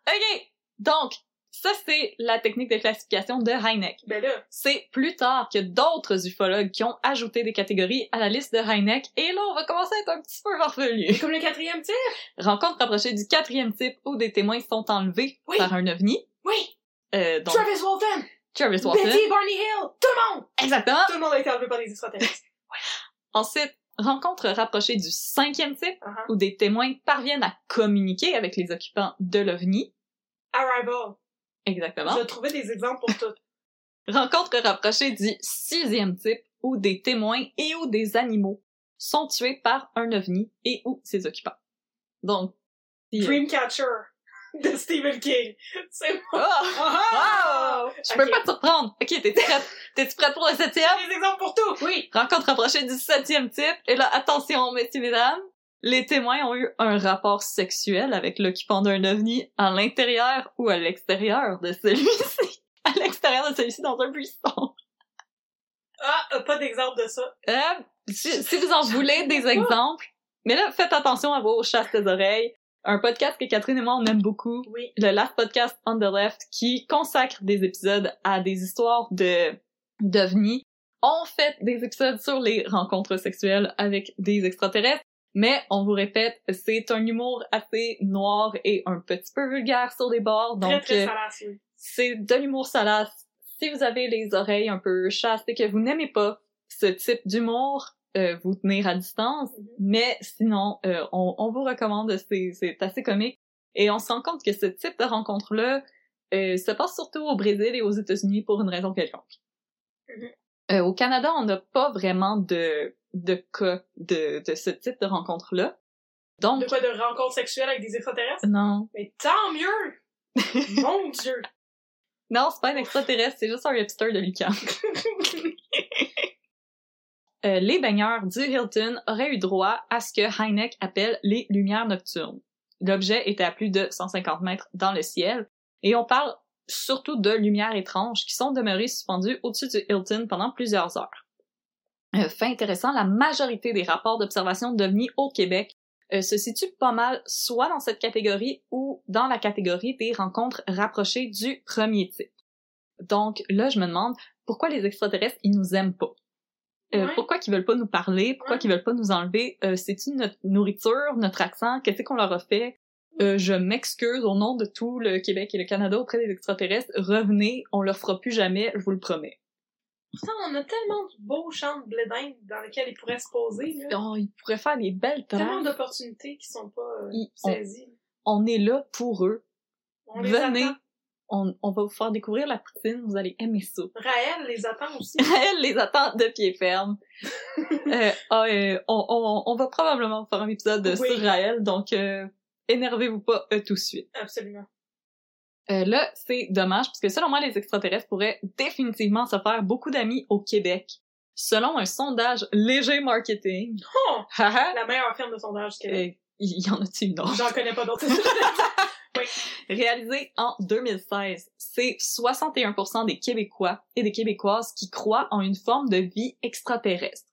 Ah! Ok. Donc ça c'est la technique de classification de Heineck.
Ben là,
C'est plus tard que d'autres ufologues qui ont ajouté des catégories à la liste de Heineck et là on va commencer à être un petit peu farfelu.
comme le quatrième type?
Rencontre rapprochée du quatrième type où des témoins sont enlevés
Oui.
par un ovni.
Oui!
Euh, donc,
Travis Walton!
Travis Walton.
Betty Barney Hill! Tout le monde!
Exactement.
Tout le monde a été enlevé par des extraterrestres.
Ensuite, rencontre rapprochée du cinquième type
Uh-huh.
où des témoins parviennent à communiquer avec les occupants de l'ovni.
Arrival.
Exactement.
Je trouvais des exemples pour tout.
Rencontre rapprochée du sixième type où des témoins et ou des animaux sont tués par un ovni et ou ses occupants. Donc, si-
Dreamcatcher de Stephen King. C'est moi.
Ah!
Ah!
Je peux pas te surprendre. Ok, t'es prête? T'es-tu prête pour le septième?
Des exemples pour tout! Oui!
Rencontre rapprochée du septième type. Et là, attention, messieurs, mesdames. Les témoins ont eu un rapport sexuel avec l'occupant d'un ovni à l'intérieur ou à l'extérieur de celui-ci. À l'extérieur de celui-ci dans un buisson.
Ah, euh, pas d'exemple de ça.
Euh, si, si vous en voulez des exemples. Mais là, faites attention à vos chastes oreilles. Un podcast que Catherine et moi, on aime beaucoup.
Oui.
le Last Podcast on the Left qui consacre des épisodes à des histoires de d'ovnis. On fait des épisodes sur les rencontres sexuelles avec des extraterrestres, mais on vous répète, c'est un humour assez noir et un petit peu vulgaire sur les bords,
Très,
donc
très
euh,
salace, oui.
c'est de l'humour salace. Si vous avez les oreilles un peu chastes et que vous n'aimez pas ce type d'humour, euh, vous tenir à distance.
Mhm.
Mais sinon, euh, on, on vous recommande, c'est c'est assez comique. Et on se rend compte que ce type de rencontre-là euh, se passe surtout au Brésil et aux États-Unis pour une raison quelconque.
Mhm.
Euh, au Canada, on n'a pas vraiment de, de cas de, de ce type de rencontre-là. Donc,
De quoi de rencontres sexuelles avec des extraterrestres?
non.
Mais tant mieux! Mon dieu!
Non, c'est pas un extraterrestre, c'est juste un hipster de l'UQAM. Euh, les baigneurs du Hilton auraient eu droit à ce que Heineck appelle les lumières nocturnes. L'objet était à plus de 150 mètres dans le ciel, et on parle surtout de lumières étranges qui sont demeurées suspendues au-dessus du Hilton pendant plusieurs heures. Euh, fait intéressant, la majorité des rapports d'observation d'OVNI au Québec euh, se situent pas mal soit dans cette catégorie ou dans la catégorie des rencontres rapprochées du premier type. Donc là, je me demande pourquoi les extraterrestres, ils nous aiment pas. Euh,
Ouais.
Pourquoi qu'ils veulent pas nous parler? Pourquoi
Ouais.
qu'ils veulent pas nous enlever? Euh, C'est-tu notre nourriture, notre accent? Qu'est-ce qu'on leur a fait? Euh, je m'excuse au nom de tout le Québec et le Canada auprès des extraterrestres. Revenez, on leur fera plus jamais, je vous le promets.
Putain, on a tellement de beaux champs de blé d'Inde dans lesquels ils pourraient se poser, là.
Oh, ils pourraient faire des belles
tellement
tâches.
d'opportunités qui sont pas euh,
Ils- on-
saisies.
On est là pour eux.
On les
Venez.
attend.
On, on va vous faire découvrir la poutine, vous allez aimer ça.
Raël les attend aussi.
Elle les attend de pied ferme. Euh, ah, euh, on, on- on va probablement faire un épisode
Oui.
sur Raël, donc euh, énervez-vous pas euh, tout de suite.
Absolument.
Euh, là, c'est dommage, parce que selon moi, les extraterrestres pourraient définitivement se faire beaucoup d'amis au Québec. Selon un sondage léger marketing.
Oh!
Haha.
La meilleure firme de sondage que
Euh, Il y en a-tu une autre?
J'en connais pas d'autres.
réalisé en 2016. C'est 61% des Québécois et des Québécoises qui croient en une forme de vie extraterrestre.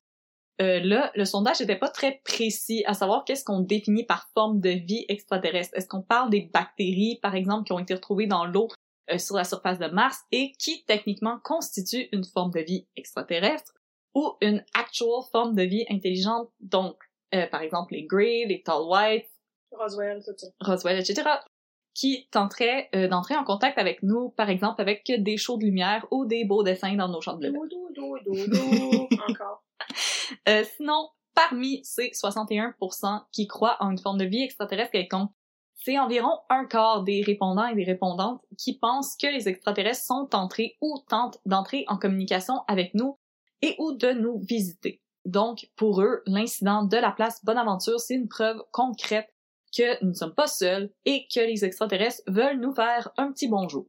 Euh, là, le sondage n'était pas très précis à savoir qu'est-ce qu'on définit par forme de vie extraterrestre. Est-ce qu'on parle des bactéries, par exemple, qui ont été retrouvées dans l'eau euh, sur la surface de Mars et qui techniquement constituent une forme de vie extraterrestre ou une actual forme de vie intelligente, donc euh, par exemple les Greys, les Tall Whites,
Roswell, tout ça.
Roswell, etc. qui tenterait euh, d'entrer en contact avec nous, par exemple avec des shows de lumière ou des beaux dessins dans nos chambres de bain.
Doudou, doudou, doudou, encore.
Euh, sinon, parmi ces 61% qui croient en une forme de vie extraterrestre quelconque, c'est environ un quart des répondants et des répondantes qui pensent que les extraterrestres sont entrés ou tentent d'entrer en communication avec nous et ou de nous visiter. Donc, pour eux, l'incident de la place Bonaventure, c'est une preuve concrète que nous ne sommes pas seuls et que les extraterrestres veulent nous faire un petit bonjour.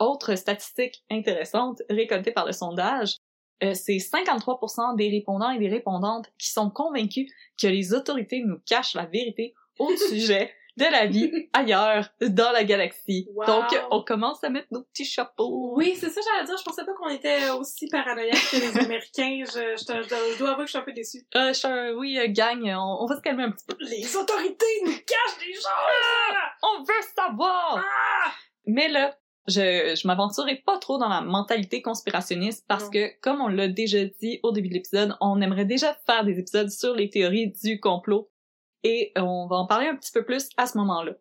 Autre statistique intéressante récoltée par le sondage, euh, c'est 53% des répondants et des répondantes qui sont convaincus que les autorités nous cachent la vérité au sujet de la vie ailleurs dans la galaxie.
Wow.
Donc, on commence à mettre nos petits chapeaux.
Oui, c'est ça, j'allais dire. Je pensais pas qu'on était Euh, aussi paranoïaques que les Américains. Je, je, te- je dois- je dois avouer que je suis un peu déçue.
Euh, je- oui, euh, gang, on, on va se calmer un petit peu.
Les autorités nous cachent des choses!
On veut savoir!
Ah!
Mais là, je, je m'aventurerai pas trop dans la mentalité conspirationniste parce
Non.
que, comme on l'a déjà dit au début de l'épisode, on aimerait déjà faire des épisodes sur les théories du complot et euh, on va en parler un petit peu plus à ce moment-là.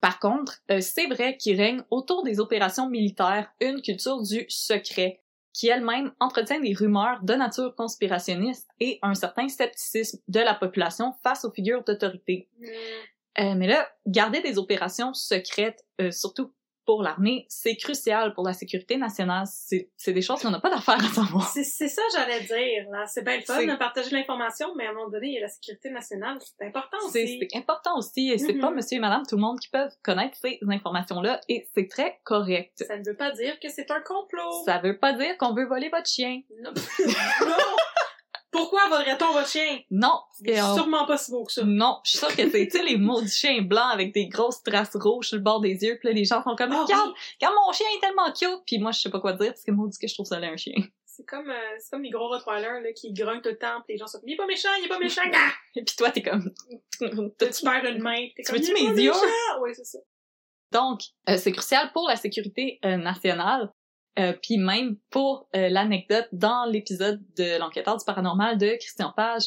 Par contre, euh, c'est vrai qu'il règne autour des opérations militaires une culture du secret qui elle-même entretient des rumeurs de nature conspirationniste et un certain scepticisme de la population face aux figures d'autorité.
Hmm.
Euh, mais là, garder des opérations secrètes, euh, surtout pour l'armée, c'est crucial pour la sécurité nationale. C'est c'est des choses qu'on n'a pas d'affaire à savoir.
C'est c'est ça, j'allais dire. là. C'est bien le fun
C'est-
de partager l'information, mais à un moment donné, il y a la sécurité nationale. C'est important
C'est
aussi.
c'est important aussi. et C'est
Mhm.
pas monsieur et madame tout le monde qui peuvent connaître ces informations-là et c'est très correct.
Ça ne veut pas dire que c'est un complot.
Ça veut pas dire qu'on veut voler votre chien.
Non. Non. Pourquoi volerait-on votre chien?
Non,
C'est
c'est en-
sûrement pas si beau que ça.
Non, je suis sûre que c'est tu sais, les maudits chiens blancs avec des grosses traces rouges sur le bord des yeux. Puis là, les gens sont comme
Ah oui.
regarde, regarde mon chien est tellement cute. Puis moi, je sais pas quoi dire parce que maudit que je trouve ça là un chien.
C'est comme, euh, c'est comme les gros Rottweilers là, qui grognent tout le temps, pis les gens sont comme « Il est pas méchant, il est pas méchant! Ah!
Et puis toi, t'es comme
Là, Tu perds une main. T'es
Tu
comme,
veux-tu
Il est
mes
pas
yeux?
méchant! Ouais, c'est ça.
Donc, euh, c'est crucial pour la sécurité euh, nationale. Euh, Puis même pour euh, l'anecdote dans l'épisode de l'enquêteur du paranormal de Christian Page,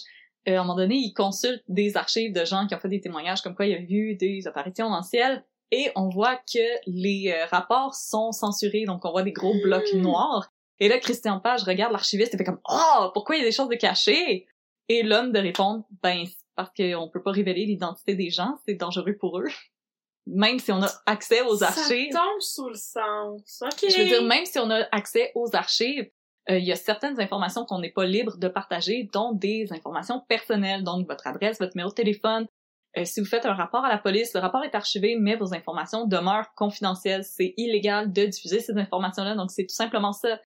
euh, à un moment donné, il consulte des archives de gens qui ont fait des témoignages comme quoi il y a eu des apparitions dans le ciel et on voit que les euh, rapports sont censurés, donc on voit des gros blocs noirs. Et là, Christian Page regarde l'archiviste et fait comme « Oh, pourquoi il y a des choses de cachées? » Et l'homme de répondre « Ben, c'est parce qu'on peut pas révéler l'identité des gens, c'est dangereux pour eux. » Même si on a accès aux archives.
Ça tombe sous le sens. OK.
Je veux dire, même si on a accès aux archives, euh, il y a certaines informations qu'on n'est pas libre de partager, dont des informations personnelles, donc votre adresse, votre numéro de téléphone. Euh, si vous faites un rapport à la police, le rapport est archivé, mais vos informations demeurent confidentielles. C'est illégal de diffuser ces informations-là, donc c'est tout simplement ça.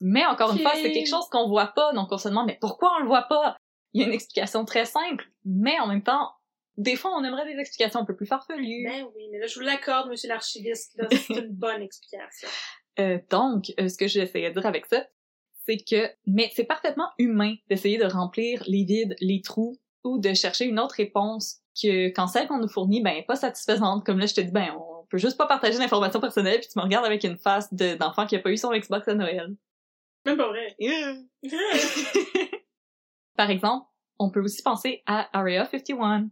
Mais encore
Ok.
une fois, c'est quelque chose qu'on voit pas, donc on se demande, mais pourquoi on le voit pas? Il y a une explication très simple, mais en même temps, des fois, on aimerait des explications un peu plus farfelues.
Ben oui, mais là, je vous l'accorde, monsieur l'archiviste, là, c'est une bonne explication.
Euh, donc, euh, ce que j'essayais de dire avec ça, c'est que, mais c'est parfaitement humain d'essayer de remplir les vides, les trous, ou de chercher une autre réponse que quand celle qu'on nous fournit, ben, est pas satisfaisante. Comme là, je te dis, ben, on peut juste pas partager d'informations personnelles, puis tu me regardes avec une face de- d'enfant qui a pas eu son Xbox à Noël.
Même pas vrai.
Par exemple, on peut aussi penser à Area 51.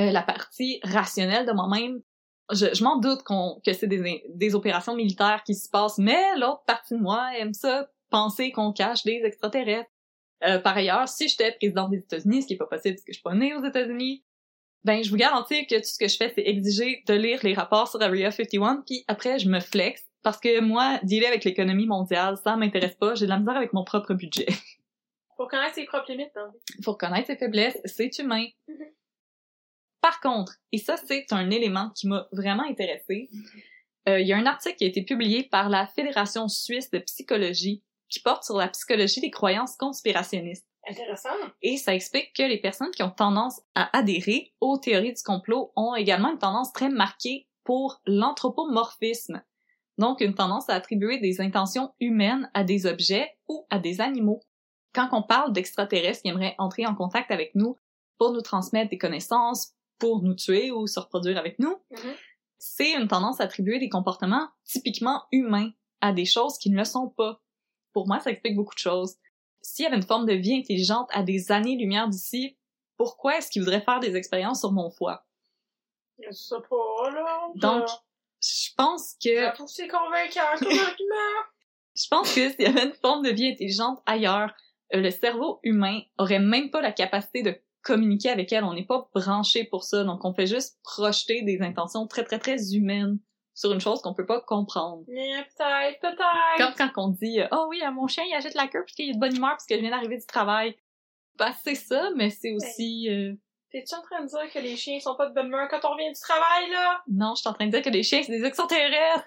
Euh, la partie rationnelle de moi-même, je, je m'en doute qu'on, que c'est des, des opérations militaires qui se passent, mais l'autre partie de moi aime ça, penser qu'on cache des extraterrestres. Euh, par ailleurs, si j'étais président des États-Unis, ce qui est pas possible parce que je suis pas née aux États-Unis, ben je vous garantis que tout ce que je fais, c'est exiger de lire les rapports sur Area 51, puis après je me flex, parce que moi, dealer avec l'économie mondiale, ça m'intéresse pas, j'ai de la misère avec mon propre budget
Faut connaître ses propres limites, hein.
faut reconnaître ses faiblesses, c'est humain.
Mhm.
Par contre, et ça c'est un élément qui m'a vraiment intéressée, euh, il y a un article qui a été publié par la Fédération suisse de psychologie qui porte sur la psychologie des croyances conspirationnistes.
Intéressant.
Et ça explique que les personnes qui ont tendance à adhérer aux théories du complot ont également une tendance très marquée pour l'anthropomorphisme. Donc, une tendance à attribuer des intentions humaines à des objets ou à des animaux. Quand on parle d'extraterrestres qui aimeraient entrer en contact avec nous pour nous transmettre des connaissances, pour nous tuer ou se reproduire avec nous,
Mhm.
c'est une tendance à attribuer des comportements typiquement humains à des choses qui ne le sont pas. Pour moi, ça explique beaucoup de choses. S'il y avait une forme de vie intelligente à des années-lumière d'ici, pourquoi est-ce qu'ils voudraient faire des expériences sur mon foie?
Je sais pas, là.
Donc, euh, je pense que
J'avoue que c'est convaincant comme argument.
Je pense que s'il y avait une forme de vie intelligente ailleurs, euh, le cerveau humain aurait même pas la capacité de communiquer avec elle. On n'est pas branché pour ça, donc on fait juste projeter des intentions très très très humaines sur une chose qu'on peut pas comprendre.
Mais peut-être, peut-être.
Comme quand on dit euh, oh oui à mon chien il agite la queue parce qu'il est de bonne humeur parce que je viens d'arriver du travail. Bah c'est ça, mais c'est aussi euh,
T'es-tu en train de dire que les chiens sont pas de bonne humeur quand on revient du travail, là?
non, je suis en train de dire que les chiens c'est des extraterrestres.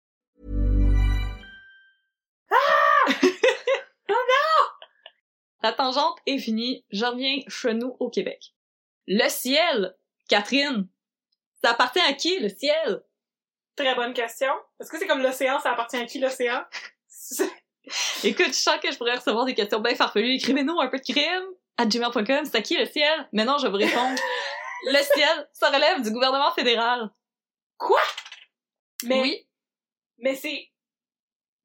La tangente est finie, je reviens chez nous au Québec. Le ciel, Catherine, ça appartient à qui le ciel?
Très bonne question. Est-ce que c'est comme l'océan, ça appartient à qui l'océan? C'est-
Écoute, je sens que je pourrais recevoir des questions bien farfelues. Écrivez-nous un peu de crime à gmail.com. C'est à qui le ciel? Mais non, je vais vous répondre. le ciel, ça relève du gouvernement fédéral.
Mais,
Oui.
mais c'est,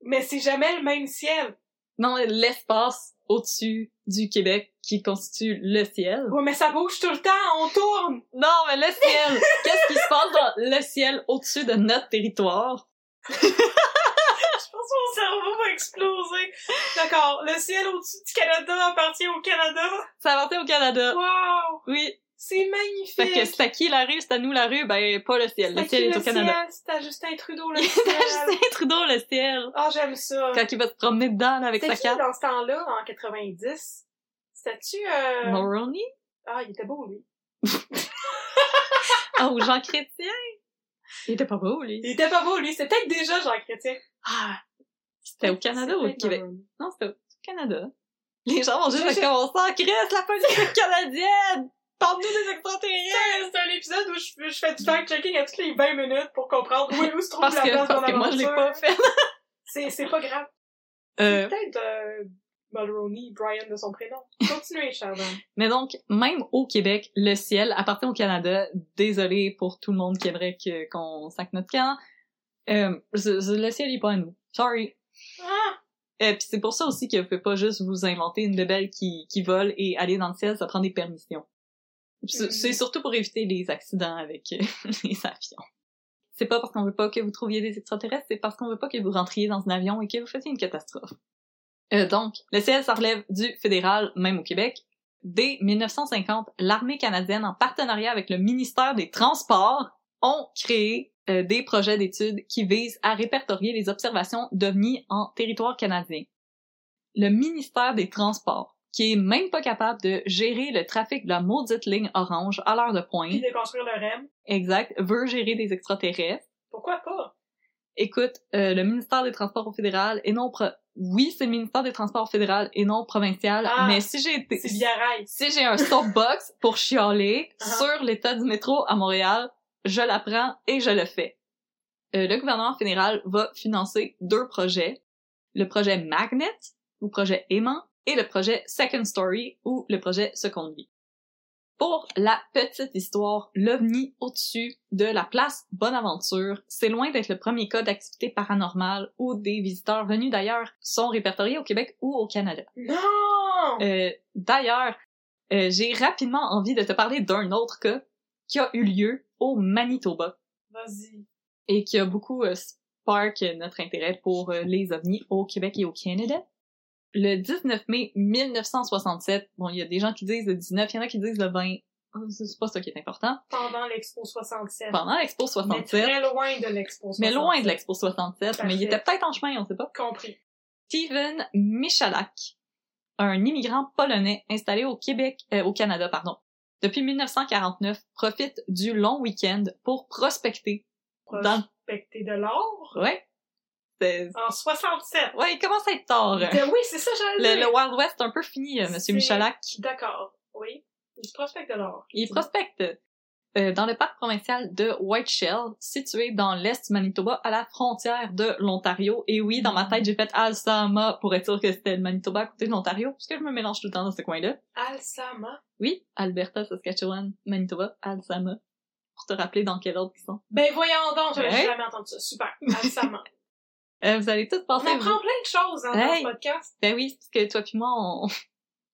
mais c'est jamais le même ciel.
Non, l'espace au-dessus du Québec qui constitue le ciel.
Ouais, mais ça bouge tout le temps, on tourne!
Non, mais le ciel! Qu'est-ce qui se passe dans le ciel au-dessus de notre territoire?
Je pense que mon cerveau va exploser. D'accord. Le ciel au-dessus du Canada appartient au Canada.
Ça appartient au Canada.
Wow!
Oui,
C'est
Fait que
magnifique!
c'est à qui la rue, c'est à nous la rue, ben pas le ciel. Le
C'est
ciel est au Canada.
ciel, C'est à Justin Trudeau, le ciel.
Justin Trudeau, le ciel.
euh, Ah, j'aime ça.
Quand il va se promener dedans là, avec
C'était
sa
qui
carte.
dans ce temps-là, en 90? C'était-tu... Euh...
Moroni?
Ah, il était beau, lui.
Oh, Jean Chrétien! Il était pas beau, lui.
Il était pas beau, lui. C'était peut-être déjà Jean Chrétien.
Ah! C'était au Canada ou au
C'était
Québec?
dans-
Non, c'était au Canada. Les gens vont
Je-
juste
je-
commencer à crier la politique canadienne! Parle-nous des extraterrestres!
C'est un épisode où je, je fais du fact-checking à toutes les 20 minutes pour comprendre où, où se trouve
Parce
la place
que,
dans
parce que moi, je l'ai
l'aventure.
pas fait.
C'est, c'est pas grave.
Euh,
Peut-être euh, Mulroney, Brian de son prénom. Continuez, Sheldon.
Mais donc, même au Québec, le ciel appartient au Canada. Désolé pour tout le monde qui aimerait que- qu'on sac notre camp. Euh, ce- ce- le ciel est pas à nous. Sorry.
Ah!
Et Euh, puis c'est pour ça aussi que vous pouvez pas juste vous inventer une bébelle qui, qui vole et aller dans le ciel, ça prend des permissions. C'est
Mm.
c'est surtout pour éviter les accidents avec euh, les avions. C'est pas parce qu'on veut pas que vous trouviez des extraterrestres, c'est parce qu'on veut pas que vous rentriez dans un avion et que vous fassiez une catastrophe. Euh, donc, le ciel, ça relève du fédéral, même au Québec. Dès 1950, l'armée canadienne, en partenariat avec le ministère des Transports, ont créé euh, des projets d'études qui visent à répertorier les observations d'OVNI en territoire canadien. Le ministère des Transports, qui est même pas capable de gérer le trafic de la maudite ligne orange à l'heure de
Puis
pointe,
de construire le REM.
exact, veut gérer des extraterrestres.
Pourquoi pas?
Écoute, euh, le ministère des Transports au fédéral et non pro- oui, c'est le ministère des Transports au fédéral et non provincial,
Ah,
mais si j'ai été
C'est Viarail.
si j'ai un soapbox pour chialer
Ah.
sur l'état du métro à Montréal, je l'apprends et je le fais. Euh, le gouvernement fédéral va financer deux projets, le projet Magnet ou projet aimant et le projet Second Story ou le projet Seconde Vie. Pour la petite histoire, l'OVNI au-dessus de la place Bonaventure, c'est loin d'être le premier cas d'activité paranormale où des visiteurs venus d'ailleurs sont répertoriés au Québec ou au Canada.
Non!
Euh, D'ailleurs, euh, j'ai rapidement envie de te parler d'un autre cas qui a eu lieu au Manitoba
Vas-y.
et qui a beaucoup euh, spark notre intérêt pour euh, les ovnis au Québec et au Canada. Le 19 mai 1967, bon, il y a des gens qui disent le 19, il y en a qui disent le 20, Oh, c'est pas ça qui est important.
Pendant l'Expo 67.
Pendant l'Expo
Mais
67,
très loin de l'Expo 67.
mais loin de l'Expo 67, mais il
Parfait.
était peut-être en chemin, on sait pas.
Compris.
Steven Michalak, un immigrant polonais installé au Québec, euh, au Canada, pardon, depuis 1949, profite du long week-end pour prospecter. Dans-
Prospecter de l'or?
Ouais. C'est-
En 67.
Ouais, il commence à être tard.
Ben oui, c'est ça, j'allais
Le,
dire.
le Wild West est un peu fini, euh,
C'est-
Monsieur Michalak.
D'accord. Oui. Il prospecte de l'or.
Il prospecte euh, dans le parc provincial de Whiteshell, situé dans l'est du Manitoba, à la frontière de l'Ontario. Et oui, dans ma tête, j'ai fait Alsama pour être sûr que c'était le Manitoba à côté de l'Ontario, parce que je me mélange tout le temps dans ce coin-là.
Alsama.
Oui, Alberta, Saskatchewan, Manitoba, Alsama. Pour te rappeler dans quel ordre ils sont.
Ben voyons donc, j'avais
Ouais.
jamais entendu ça. Super. Alsama.
Euh, vous allez tous
On
penser...
apprend plein de choses hein,
Hey.
dans ce podcast.
Ben oui, parce que toi puis moi, on...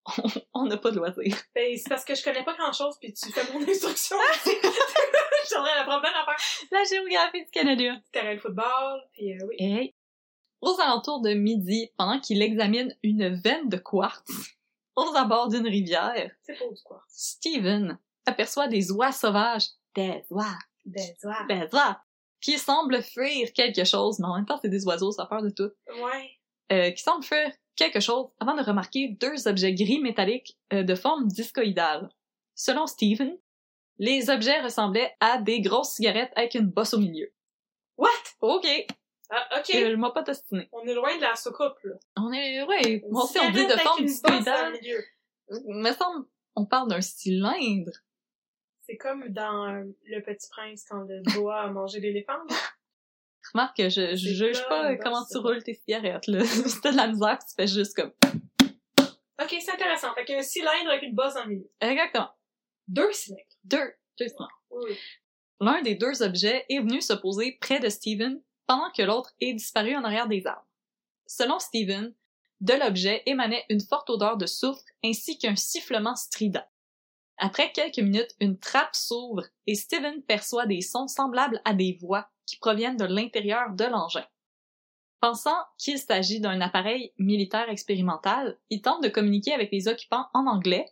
on n'a pas de loisirs.
Ben, c'est parce que je connais pas grand chose puis tu fais mon instruction. J'aimerais apprendre plein d'affaires.
La géographie du Canada.
Terrain de football, puis euh, oui.
Hey. Aux alentours de midi, pendant qu'il examine une veine de quartz aux abords d'une rivière,
C'est pour du quoi.
Steven aperçoit des oies sauvages, des oies, Ben,
Des oies.
des oies, qui semblent fuir quelque chose, mais en même temps c'est des oiseaux, ça a peur de tout,
Ouais.
euh, qui semblent fuir quelque chose avant de remarquer deux objets gris métalliques euh, de forme discoïdale. Selon Steven, les objets ressemblaient à des grosses cigarettes avec une bosse au milieu.
What?
Ok,
Ah, ok.
je m'a pas tostiné.
On est loin de la soucoupe, là.
On est, ouais,
Une
on, sait, on dit de
cigarette
forme
avec une bosse dans le
discoïdale.
milieu.
Me semble, on parle d'un cylindre.
C'est comme dans euh, Le Petit Prince quand le doigt a mangé l'éléphant. là.
Remarque que
C'est
je, je juge
pas
pas
une bosse,
comment tu
ça.
roules tes cigarettes, là. Si t'as de la misère, tu fais juste comme.
Ok, c'est intéressant. Fait qu'il y a un cylindre avec une bosse dans le milieu.
Exactement.
Deux cylindres.
Deux, justement.
Oui, oui.
L'un des deux objets est venu se poser près de Steven pendant que l'autre est disparu en arrière des arbres. Selon Steven, de l'objet émanait une forte odeur de soufre ainsi qu'un sifflement strident. Après quelques minutes, une trappe s'ouvre et Steven perçoit des sons semblables à des voix qui proviennent de l'intérieur de l'engin. Pensant qu'il s'agit d'un appareil militaire expérimental, il tente de communiquer avec les occupants en anglais,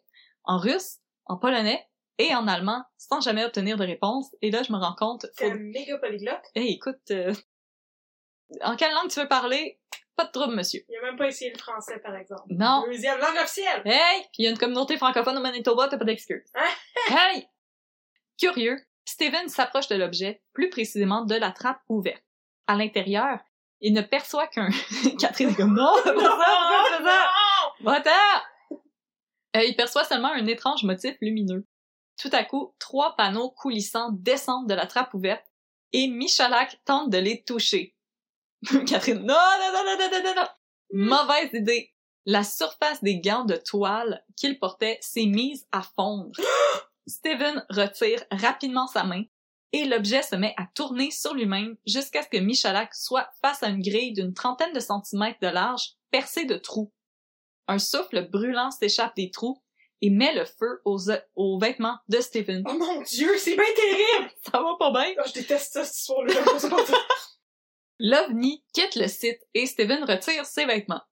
en russe, en polonais et en allemand sans jamais obtenir de réponse. Et là, je me rends compte, faut-
C'est un méga polyglotte.
Hey, écoute, euh, en quelle langue tu veux parler? Pas de trouble, monsieur.
Il a même pas essayé le français, par exemple.
Non.
Deuxième langue officielle.
Hey! Puis il y a une communauté francophone au Manitoba, t'as pas d'excuse. hey! Curieux, Steven s'approche de l'objet, plus précisément de la trappe ouverte. À l'intérieur, il ne perçoit qu'un... Catherine est comme, non, pas ça,
Non,
pas ça,
non,
pas ça.
non!
Va-t'en! Euh, il perçoit seulement un étrange motif lumineux. Tout à coup, trois panneaux coulissants descendent de la trappe ouverte et Michalak tente de les toucher. Catherine, non, non, non, non, non, non, non, non! Mauvaise idée! La surface des gants de toile qu'il portait s'est mise à fondre. Steven retire rapidement sa main et l'objet se met à tourner sur lui-même jusqu'à ce que Michalak soit face à une grille d'une trentaine de centimètres de large percée de trous. Un souffle brûlant s'échappe des trous et met le feu aux, o- aux vêtements de Stephen.
Oh mon dieu, c'est bien terrible!
Ça va pas bien?
Oh, je déteste ça, cette histoire-là. Je sais pas ça.
L'OVNI quitte le site et Stephen retire ses vêtements.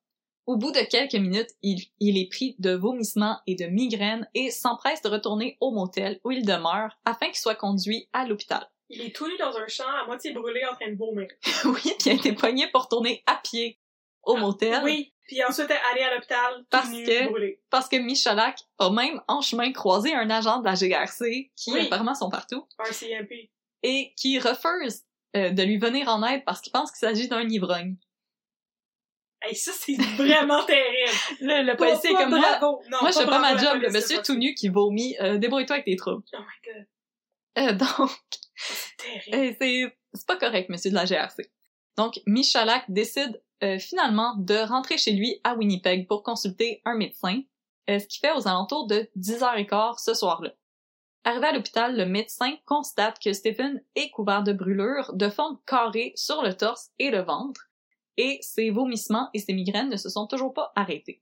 Au bout de quelques minutes, il, il est pris de vomissements et de migraines et s'empresse de retourner au motel où il demeure afin qu'il soit conduit à l'hôpital.
Il est tout nu dans un champ, à moitié brûlé, en train de vomir.
oui, puis il a été poigné pour retourner à pied au motel
Ah, Oui. Puis ensuite, aller à l'hôpital, tout
Parce
nu,
que-
brûlé.
parce que Michalak a même en chemin croisé un agent de la GRC qui
Oui.
apparemment sont partout.
Un CMP.
et qui refuse euh, de lui venir en aide parce qu'il pense qu'il s'agit d'un ivrogne.
Hey, ça, c'est vraiment terrible.
Le, le policier est
Pas
comme moi,
bravo. Non,
moi je fais pas
bravo à
ma
la
job, le
police,
monsieur
c'est
tout nu qui vomit, euh, débrouille-toi avec tes troubles.
pas- Oh my god,
Euh, donc,
c'est terrible.
euh, c'est c'est pas correct, monsieur de la GRC. Donc, Michalak décide euh, finalement de rentrer chez lui à Winnipeg pour consulter un médecin, euh, ce qui fait aux alentours de 10h15 ce soir-là. Arrivé à l'hôpital, le médecin constate que Stephen est couvert de brûlures de forme carrée sur le torse et le ventre, et ses vomissements et ses migraines ne se sont toujours pas arrêtés.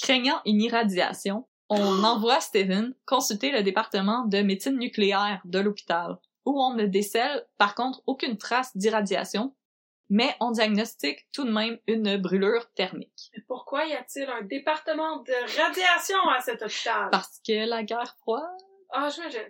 Craignant une irradiation, on envoie Stephen consulter le département de médecine nucléaire de l'hôpital, où on ne décèle par contre aucune trace d'irradiation, mais on diagnostique tout de même une brûlure thermique.
Mais Pourquoi y a-t-il un département de radiation à cet hôpital?
Parce que la guerre froide,
Ah, j'imagine.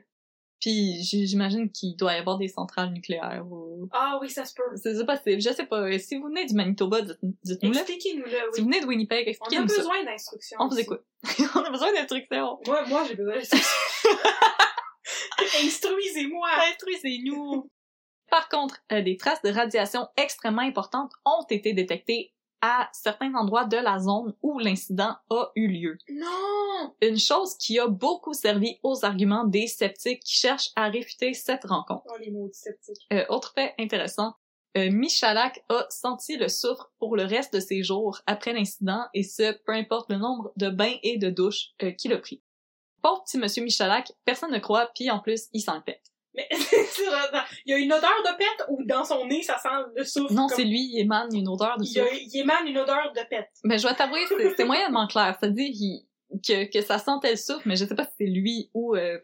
puis j- j'imagine qu'il doit y avoir des centrales nucléaires ou
Ah oui, ça se peut.
C'est c'est possible, je sais pas. Si vous venez du Manitoba, dites- dites-nous le.
Expliquez-nous-le,
Si vous
oui.
venez de Winnipeg,
On a
expliquez-nous ça.
besoin d'instructions.
On vous
aussi.
écoute. On a besoin d'instructions.
Moi, moi j'ai besoin d'instructions. Instruisez-moi!
Instruisez-nous. Par contre, euh, des traces de radiation extrêmement importantes ont été détectées à certains endroits de la zone où l'incident a eu lieu.
Non!
Une chose qui a beaucoup servi aux arguments des sceptiques qui cherchent à réfuter cette rencontre.
Oh, les maudits sceptiques.
Euh, autre fait intéressant, euh, Michalak a senti le soufre pour le reste de ses jours après l'incident, et ce, peu importe le nombre de bains et de douches euh, qu'il a pris. Pauvre petit monsieur Michalak, personne ne croit, puis en plus, il s'en pète.
Mais c'est vraiment- il y a une odeur de pète ou dans son nez, ça sent le soufre?
Non,
comme-
c'est lui, il émane une odeur de
Il, y a-
soufre.
il émane une odeur de pète.
Mais je vais t'avouer, c'est- c'est moyennement clair. Ça dit qu'il- que, que ça sentait le soufre, mais je sais pas si c'est lui ou euh,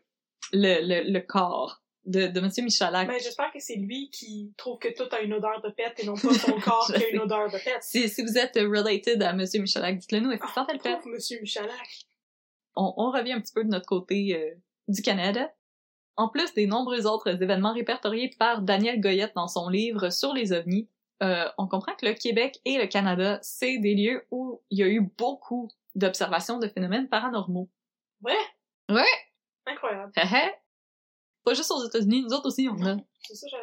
le, le, le corps de, de monsieur Michalak.
Mais j'espère que c'est lui qui trouve que tout a une odeur de pète et non pas son corps qui a une odeur de pète.
Si, si vous êtes related à monsieur Michalak, dites-le nous, est-ce qu'il sentait le pète?
Pauvre Oh, Monsieur Michalak.
on, on revient un petit peu de notre côté euh, du Canada. En plus des nombreux autres événements répertoriés par Daniel Goyette dans son livre sur les ovnis, euh, on comprend que le Québec et le Canada, c'est des lieux où il y a eu beaucoup d'observations de phénomènes paranormaux.
Ouais?
Ouais.
Incroyable.
Hé hé. Pas juste aux États-Unis, nous autres aussi, on en a.
C'est ça, j'avais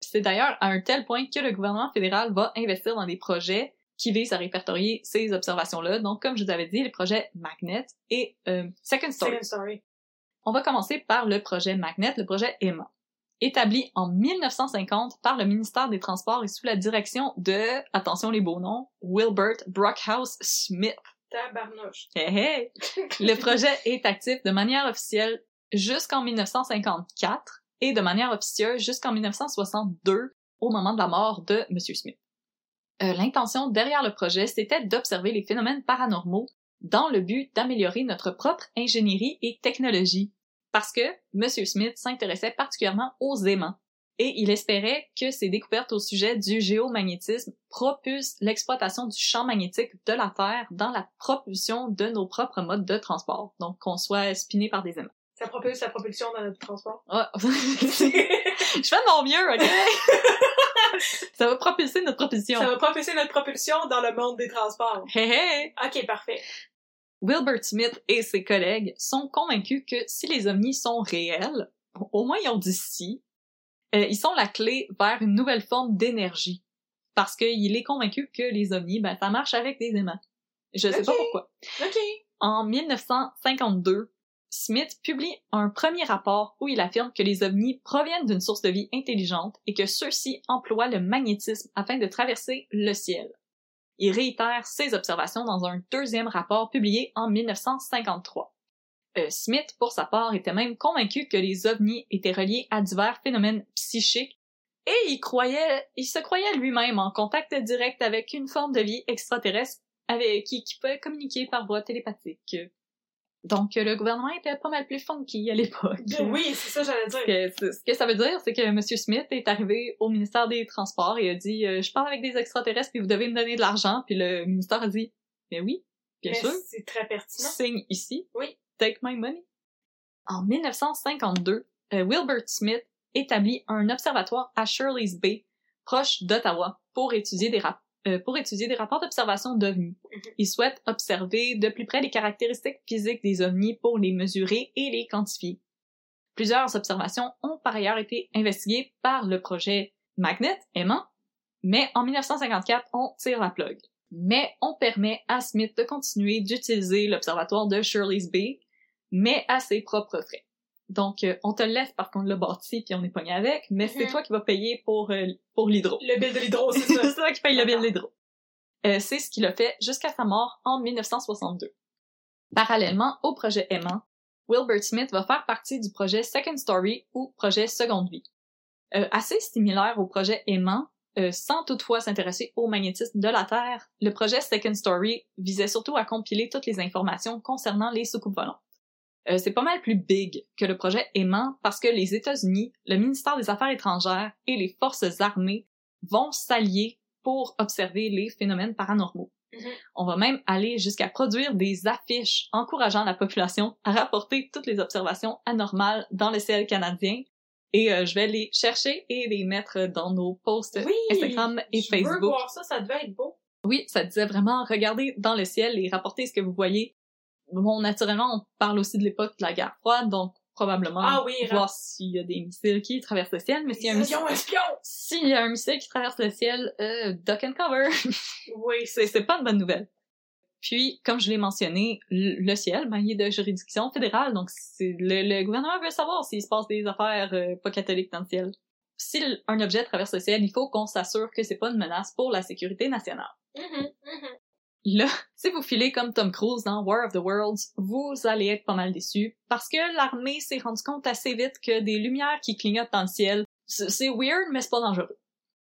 Puis C'est d'ailleurs à un tel point que le gouvernement fédéral va investir dans des projets qui visent à répertorier ces observations-là. Donc, comme je vous avais dit, les projets Magnet et euh, Second
C'est
Story.
une story.
On va commencer par le projet Magnet, le projet EMMA, établi en 1950 par le ministère des Transports et sous la direction de, attention les beaux noms, Wilbert Brockhouse Smith.
Tabarnouche.
Hé hé! Le projet est actif de manière officielle jusqu'en 1954 et de manière officieuse jusqu'en 1962 au moment de la mort de M. Smith. Euh, L'intention derrière le projet, c'était d'observer les phénomènes paranormaux dans le but d'améliorer notre propre ingénierie et technologie. Parce que M. Smith s'intéressait particulièrement aux aimants et il espérait que ses découvertes au sujet du géomagnétisme propulsent l'exploitation du champ magnétique de la Terre dans la propulsion de nos propres modes de transport. Donc, qu'on soit spiné par des aimants.
Ça propulse la propulsion dans notre transport.
Ah. Je fais de mon mieux, ok? ça va propulser notre propulsion.
Ça va propulser notre propulsion dans le monde des transports.
Hey, hey!
Ok, parfait.
Wilbert Smith et ses collègues sont convaincus que si les ovnis sont réels, au moins ils ont dit si, euh, ils sont la clé vers une nouvelle forme d'énergie. Parce qu'il est convaincu que les ovnis, ben, ça marche avec des aimants. Je sais pas
Ok.
pourquoi.
Ok.
En 1952, Smith publie un premier rapport où il affirme que les ovnis proviennent d'une source de vie intelligente et que ceux-ci emploient le magnétisme afin de traverser le ciel. Il réitère ses observations dans un deuxième rapport publié en 1953. Euh, Smith, pour sa part, était même convaincu que les ovnis étaient reliés à divers phénomènes psychiques et il croyait, il se croyait lui-même en contact direct avec une forme de vie extraterrestre avec qui, qui pouvait communiquer par voie télépathique. Donc, euh, le gouvernement était pas mal plus funky à l'époque.
Oui, c'est ça, j'allais dire.
Que- ce ce que ça veut dire, c'est que M. Smith est arrivé au ministère des Transports et a dit euh, Je parle avec des extraterrestres, puis vous devez me donner de l'argent. » Puis le ministère a dit « Mais oui, bien
Mais
sûr,
C'est très pertinent.
signe ici.
Oui.
Take my money. » En 1952, euh, Wilbert Smith établit un observatoire à Shirley's Bay, proche d'Ottawa, pour étudier des rap- euh, pour étudier des rapports d'observation d'ovnis.
Mhm.
Il souhaite observer de plus près les caractéristiques physiques des ovnis pour les mesurer et les quantifier. Plusieurs observations ont par ailleurs été investiguées par le projet Magnet aimant, mais en 1954, on tire la plug. Mais on permet à Smith de continuer d'utiliser l'observatoire de Shirley's Bay, mais à ses propres frais. Donc, euh, on te laisse parce qu'on l'a bâti puis on est pogné avec, mais c'est
Mhm.
toi qui vas payer pour, euh, pour l'hydro.
Le bill de l'hydro, c'est
C'est
ça.
ça qui paye le bill d'hydro. Euh, c'est ce qu'il a fait jusqu'à sa mort en 1962. Parallèlement au projet Aimant, Wilbert Smith va faire partie du projet Second Story ou projet Seconde Vie. Euh, assez similaire au projet Aimant, euh, sans toutefois s'intéresser au magnétisme de la Terre, le projet Second Story visait surtout à compiler toutes les informations concernant les soucoupes volantes. Euh, c'est pas mal plus big que le projet Aimant parce que les États-Unis, le ministère des Affaires étrangères et les forces armées vont s'allier pour observer les phénomènes paranormaux.
Mhm.
On va même aller jusqu'à produire des affiches encourageant la population à rapporter toutes les observations anormales dans le ciel canadien. Et euh, je vais les chercher et les mettre dans nos posts
Oui!
Instagram et
je
Facebook.
veux voir ça, ça devait être beau.
Oui, ça disait vraiment regardez dans le ciel et rapportez ce que vous voyez. Bon, naturellement, on parle aussi de l'époque de la guerre froide, donc probablement
Ah oui,
voir s'il y a des missiles qui traversent le ciel, mais s'il y a un missile,
Espion, espion!
s'il y a un missile qui traverse le ciel, euh, duck and cover.
Oui,
c'est c'est pas une bonne nouvelle. Puis, comme je l'ai mentionné, le le ciel, ben, il est de juridiction fédérale, donc c'est- le, le gouvernement veut savoir s'il se passe des affaires euh, pas catholiques dans le ciel. Si l- un objet traverse le ciel, il faut qu'on s'assure que c'est pas une menace pour la sécurité nationale.
Mhm, mhm.
Là, si vous filez comme Tom Cruise dans War of the Worlds, vous allez être pas mal déçus parce que l'armée s'est rendue compte assez vite que des lumières qui clignotent dans le ciel, c- c'est weird mais c'est pas dangereux.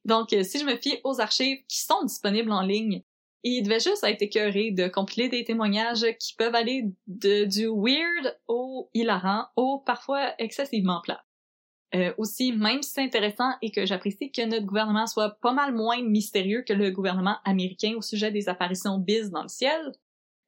Donc, euh, si je me fie aux archives qui sont disponibles en ligne, il devait juste être écœuré de compiler des témoignages qui peuvent aller de, du weird au hilarant au parfois excessivement plat. Euh, aussi, même si c'est intéressant et que j'apprécie que notre gouvernement soit pas mal moins mystérieux que le gouvernement américain au sujet des apparitions bis dans le ciel,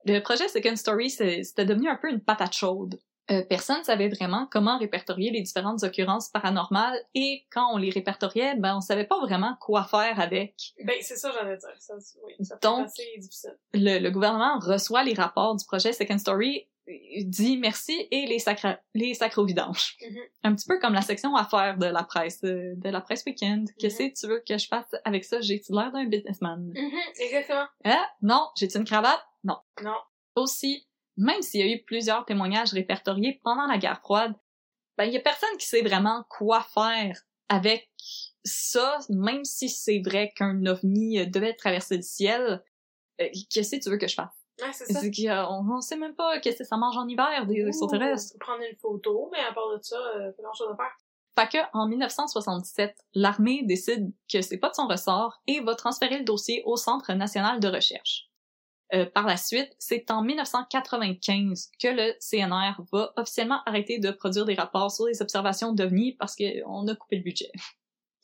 le projet Second Story, c'est- c'était devenu un peu une patate chaude. Euh, personne ne savait vraiment comment répertorier les différentes occurrences paranormales et quand on les répertoriait, ben on savait pas vraiment quoi faire avec.
Ben, c'est ça, j'allais dire. Ça, c'est- oui, ça
Donc-
c'est assez difficile.
le, le gouvernement reçoit les rapports du projet Second Story, euh, dit merci et les, sacra les sacro-vidanges.
Mhm.
Un petit peu comme la section affaires de la presse, euh, de la presse week-end. Qu'est-ce que tu veux que je fasse avec ça? J'ai-tu l'air d'un businessman?
Mhm, Exactement.
Hein? Non? J'ai-tu une cravate? Non.
Non.
Aussi, même s'il y a eu plusieurs témoignages répertoriés pendant la guerre froide, ben, il y a personne qui sait vraiment quoi faire avec ça, même si c'est vrai qu'un ovni euh, devait traverser le ciel. euh, Qu'est-ce que tu veux que je fasse?
Ouais, c'est ça.
C'est qu'on on sait même pas qu'est-ce que ça mange en hiver des extraterrestres.
Ouh, Prendre une photo, mais à part de ça, euh, pas grand-chose à faire.
Fait que, en 1977, l'armée décide que c'est pas de son ressort et va transférer le dossier au Centre national de recherche. Euh, par la suite, c'est en 1995 que le CNR va officiellement arrêter de produire des rapports sur les observations d'OVNI parce qu'on a coupé le budget.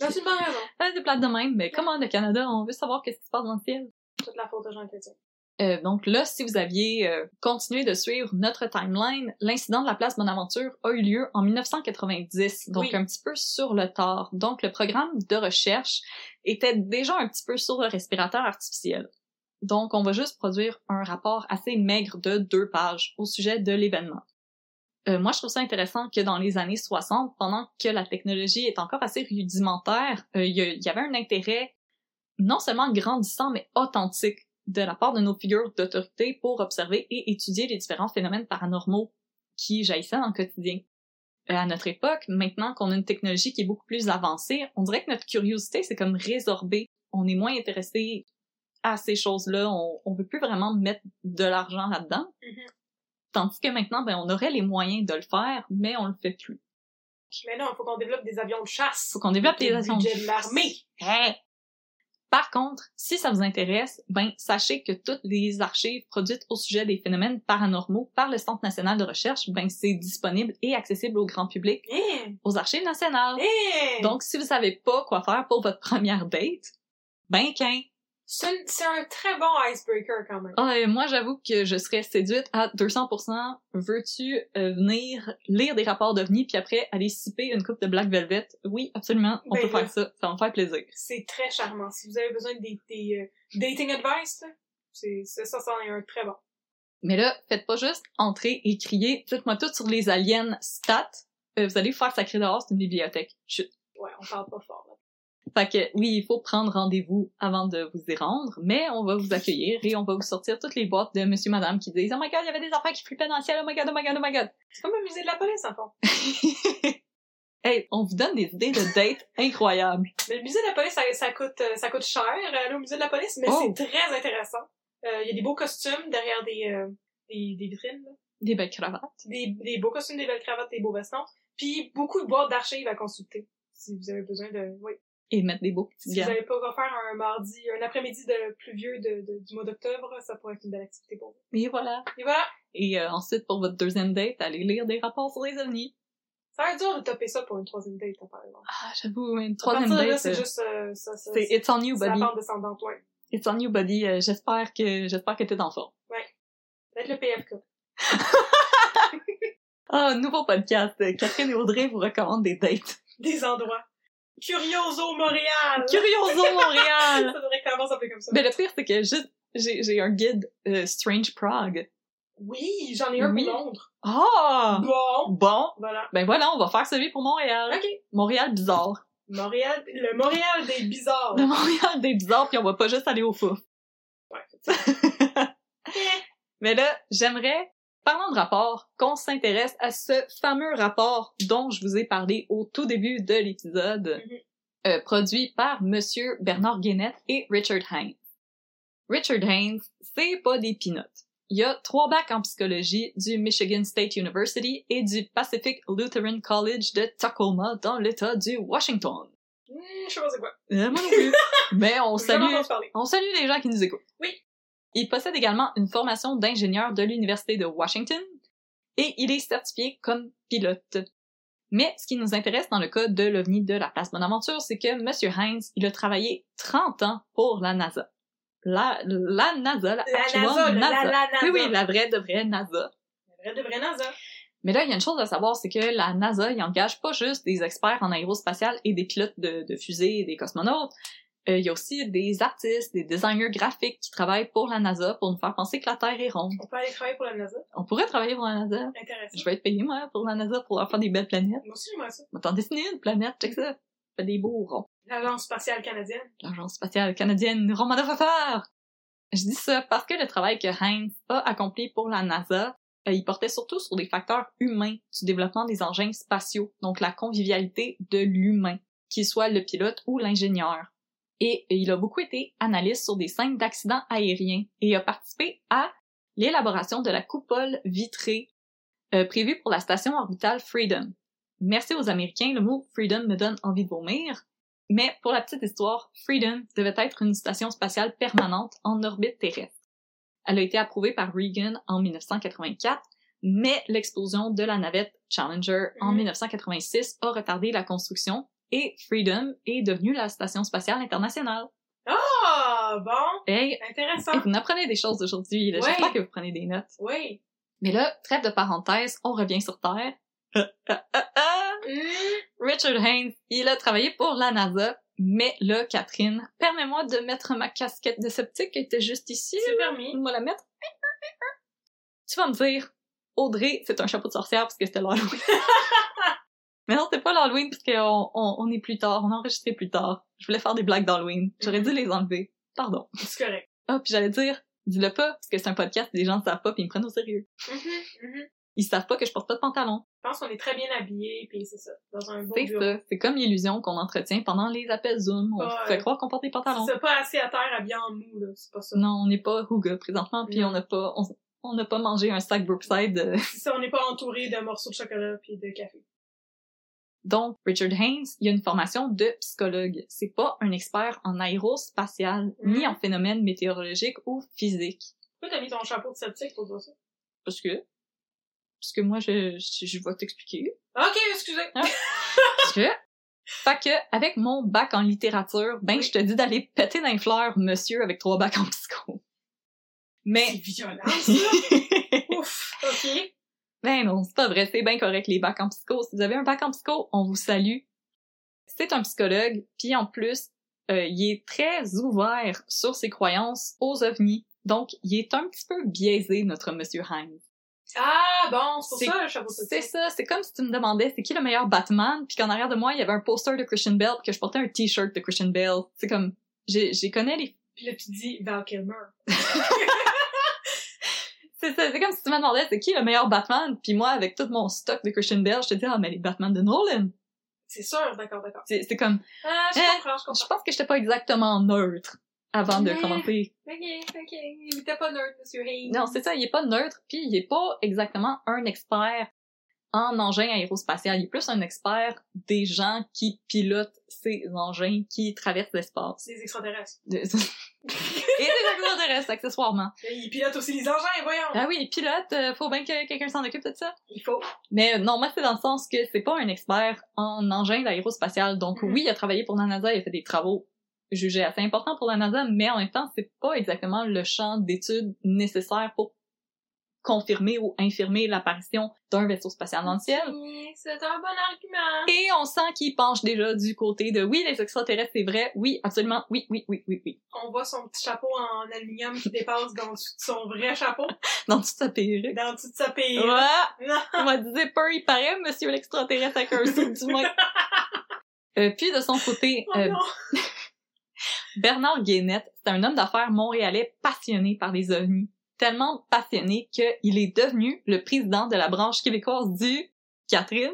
Non, c'est une bonne raison.
Ah, C'est plate de même, mais comment le Canada, on veut savoir qu'est-ce qui se passe dans le ciel.
Toute la faute de Jean Chrétien.
Euh, donc là, si vous aviez euh, continué de suivre notre timeline, l'incident de la place Bonaventure a eu lieu en 1990, donc
Oui.
un petit peu sur le tard. Donc le programme de recherche était déjà un petit peu sur le respirateur artificiel. Donc on va juste produire un rapport assez maigre de deux pages au sujet de l'événement. Euh, moi, je trouve ça intéressant que dans les années 60, pendant que la technologie est encore assez rudimentaire, euh, il y a- il y avait un intérêt non seulement grandissant, mais authentique de la part de nos figures d'autorité pour observer et étudier les différents phénomènes paranormaux qui jaillissaient dans le quotidien. Euh, À notre époque, maintenant qu'on a une technologie qui est beaucoup plus avancée, on dirait que notre curiosité c'est comme résorbée. On est moins intéressé à ces choses-là. On, on veut plus vraiment mettre de l'argent là-dedans.
Mhm.
Tandis que maintenant, ben, on aurait les moyens de le faire, mais on le fait plus.
Mais non, il faut qu'on développe des avions de chasse.
Faut qu'on développe des
Le
avions de
budget de l'armée.
Hey! Par contre, si ça vous intéresse, ben sachez que toutes les archives produites au sujet des phénomènes paranormaux par le Centre national de recherche, ben c'est disponible et accessible au grand public
Hein?
aux archives nationales.
Hein?
Donc si vous savez pas quoi faire pour votre première date, ben qu'un.
c'est un- c'est un très bon icebreaker quand même.
Ah, et moi j'avoue que je serais séduite à 200%. Veux-tu euh, venir lire des rapports d'OVNI puis après aller siper une coupe de Black Velvet? Oui, absolument, on
Ben
peut
là.
faire ça. Ça va me faire plaisir.
C'est très charmant. Si vous avez besoin de des, des, euh, dating advice, là, c'est c'est- ça, c'en est un très bon.
Mais là, faites pas juste entrer et crier, dites-moi tout sur les aliens stats. Euh, vous allez vous faire sacrer dehors, c'est une bibliothèque. Chut.
Ouais, on parle pas fort. Là.
Fait que oui, il faut prendre rendez-vous avant de vous y rendre, mais on va vous accueillir et on va vous sortir toutes les boîtes de monsieur madame qui disent Oh my god, il y avait des affaires qui flippaient dans le ciel, oh my god, oh my god, oh my god.
C'est comme le musée de la police, en fond.
hey, on vous donne des idées de dates incroyables.
Mais le musée de la police, ça, ça coûte, euh, ça coûte cher, aller au musée de la police, mais
Oh.
c'est très intéressant. Euh, Il y a des beaux costumes derrière des, euh, des, des vitrines, là.
Des belles cravates.
Des, des beaux costumes, des belles cravates, des beaux vestons, puis beaucoup de boîtes d'archives à consulter, si vous avez besoin de... Oui.
Et mettre des beaux
Si
petits
vous
gants.
n'avez pas offert un mardi, un après-midi de pluvieux de, de- du mois d'octobre, ça pourrait être une belle activité pour vous.
Et voilà.
Et voilà!
Et euh, ensuite, pour votre deuxième date, allez lire des rapports sur les ovnis.
Ça va être dur de topper ça pour une troisième date, hein, par exemple.
Ah, j'avoue, une
à
troisième
partir de là,
date.
c'est
euh,
juste... euh, ça, ça,
C'est It's on you,
c'est la
buddy.
pente descendante, ouais.
It's on you, buddy. Euh, j'espère que j'espère que t'es en forme.
Peut-être le PFK.
Ah, nouveau podcast. Euh, Catherine et Audrey vous recommandent des dates.
Des endroits. Curioso Montréal!
Curioso
ça
Montréal. Ben,
devrait clairement s'appeler comme ça.
Mais le pire c'est que juste j'ai j'ai un guide euh, Strange Prague.
Oui, j'en ai un
Oui.
pour Londres.
Ah!
Bon,
Bon,
voilà.
ben voilà, on va faire celui pour Montréal.
Ok.
Montréal bizarre.
Montréal, le Montréal des bizarres.
Le Montréal des bizarres, puis on va pas juste aller au four. Mais là, j'aimerais, parlant de rapport, qu'on s'intéresse à ce fameux rapport dont je vous ai parlé au tout début de l'épisode,
Mhm.
euh, produit par Monsieur Bernard Guénette et Richard Haynes. Richard Haynes, c'est pas des peanuts. Il y a trois bacs en psychologie du Michigan State University et du Pacific Lutheran College de Tacoma dans l'État du Washington.
Hmm, je sais pas c'est quoi.
Euh, moi non plus. Mais on
J'ai jamais
salue
entendu parler.
on salue les gens qui nous écoutent.
Oui.
Il possède également une formation d'ingénieur de l'Université de Washington et il est certifié comme pilote. Mais ce qui nous intéresse dans le cas de l'OVNI de la place Bonaventure, c'est que M. Heinz, il a travaillé 30 ans pour la NASA. La, la NASA, la,
La
actual
NASA, le- la, la NASA.
Oui, oui, la vraie de vraie NASA.
La vraie de vraie NASA.
Mais là, il y a une chose à savoir, c'est que la NASA, il engage pas juste des experts en aérospatial et des pilotes de, de fusées et des cosmonautes. Euh, il y a aussi des artistes, des designers graphiques qui travaillent pour la NASA pour nous faire penser que la Terre est ronde.
On peut aller travailler pour la NASA.
On pourrait travailler pour la NASA.
Intéressant.
Je vais être payé, moi, pour la NASA pour leur faire des belles planètes.
Moi aussi, j'aimerais ça.
On va t'en dessiner une planète, check ça. Fait des beaux ronds.
L'Agence spatiale canadienne.
L'Agence spatiale canadienne, Romana Fafard! Je dis ça parce que le travail que Heinz a accompli pour la NASA, euh, il portait surtout sur des facteurs humains du développement des engins spatiaux, donc la convivialité de l'humain, qu'il soit le pilote ou l'ingénieur. Et euh, il a beaucoup été analyste sur des scènes d'accidents aériens et a participé à l'élaboration de la coupole vitrée euh, prévue pour la station orbitale Freedom. Merci aux Américains, le mot Freedom me donne envie de vomir. Mais pour la petite histoire, Freedom devait être une station spatiale permanente en orbite terrestre. Elle a été approuvée par Reagan en 1984, mais l'explosion de la navette Challenger en
Mhm.
1986 a retardé la construction et Freedom est devenue la station spatiale internationale.
Ah, bon.
Hey,
Intéressant.
vous apprenez des choses aujourd'hui, là.
Ouais.
j'espère que vous prenez des notes.
Oui.
Mais là, trêve de parenthèse, on revient sur Terre. Euh,
Hmm,
Richard Haynes, il a travaillé pour la NASA. Mais là, Catherine, permets-moi de mettre ma casquette de sceptique qui était juste ici.
c'est permis.
Moi la mettre. Tu vas me dire, Audrey, c'est un chapeau de sorcière parce que c'était l'Halloween. Mais non, c'est pas l'Halloween parce qu'on on, on est plus tard, on a enregistré plus tard. Je voulais faire des blagues d'Halloween. J'aurais dû les enlever. Pardon.
C'est correct.
Ah, puis j'allais dire, dis-le pas, parce que c'est un podcast, les gens ne savent pas, puis ils me prennent au sérieux.
Mhm, mhm.
Ils savent pas que je porte pas de pantalon.
Je pense qu'on est très bien habillés, puis c'est ça. Dans un beau
C'est
bureau.
ça. C'est comme l'illusion qu'on entretient pendant les appels Zoom. On
Ouais.
fait croire qu'on porte des pantalons.
C'est pas assez à terre habillé en mou, là. C'est pas ça.
Non, on n'est pas Hooga présentement, puis
Non.
on n'a pas, on, on n'a pas mangé un sac Brookside. euh.
C'est ça, on n'est pas entouré de morceaux de chocolat puis de café.
Donc, Richard Haynes, il a une formation de psychologue. C'est pas un expert en aérospatial,
Mm.
ni en phénomènes météorologiques ou physiques.
Pourquoi t'as mis ton chapeau de sceptique pour dire ça?
Parce que, parce que moi, je, je, je vais t'expliquer.
Ok, excusez.
Parce que, fait que, avec mon bac en littérature, ben, je te dis d'aller péter dans les fleurs, monsieur, avec trois bacs en psycho. Mais,
C'est violent, ça. Ouf. Ok.
ben non, c'est pas vrai, c'est bien correct les bacs en psycho. Si vous avez un bac en psycho, on vous salue. C'est un psychologue, puis en plus, euh, il est très ouvert sur ses croyances aux ovnis. Donc, il est un petit peu biaisé, notre monsieur Heinz.
Ah, bon, c'est pour
C'est-
ça le chapeau de
C'est
sceptique.
ça, c'est comme si tu me demandais c'est qui le meilleur Batman, puis qu'en arrière de moi, il y avait un poster de Christian Bale, puis que je portais un t-shirt de Christian Bale. C'est comme, j'ai j'ai connais les...
Puis là, tu dis Val Kilmer.
C'est ça, c'est comme si tu me demandais c'est qui le meilleur Batman, puis moi, avec tout mon stock de Christian Bale, je te dis, ah, mais les Batman de Nolan.
C'est sûr, d'accord, d'accord.
C'est c'est comme,
Ah, je
Eh,
comprends, je comprends.
Je pense que j'étais pas exactement neutre avant de
Mais-
commenter.
Ok, ok. Il était pas neutre, monsieur Hayes.
Non, c'est ça, il est pas neutre, puis il est pas exactement un expert en engins aérospatial. Il est plus un expert des gens qui pilotent ces engins qui traversent l'espace.
C'est des extraterrestres.
De- Et des extraterrestres, accessoirement.
Il pilote aussi les engins, voyons.
Ah oui, pilote, euh, faut bien que quelqu'un s'en occupe de ça.
Il faut.
Mais non, moi, c'est dans le sens que c'est pas un expert en engins d'aérospatial. Donc
Mhm.
oui, il a travaillé pour la NASA, il a fait des travaux jugés assez importants pour la NASA, mais en même temps, c'est pas exactement le champ d'études nécessaire pour confirmer ou infirmer l'apparition d'un vaisseau spatial dans le ciel.
Oui, C'est un bon argument.
Et on sent qu'il penche déjà du côté de oui, les extraterrestres, c'est vrai, oui, absolument, oui, oui, oui, oui, oui.
On voit son petit chapeau en aluminium qui dépasse dans le- son vrai chapeau,
Dans toute sa perruque.
dans toute sa pays.
Voilà! On m'a dit peur, il paraît, monsieur l'extraterrestre avec un saut du moins. Euh, puis de son côté,
Oh
euh,
non!
Bernard Guénette, c'est un homme d'affaires montréalais passionné par les ovnis. Tellement passionné qu'il est devenu le président de la branche québécoise du... Catherine?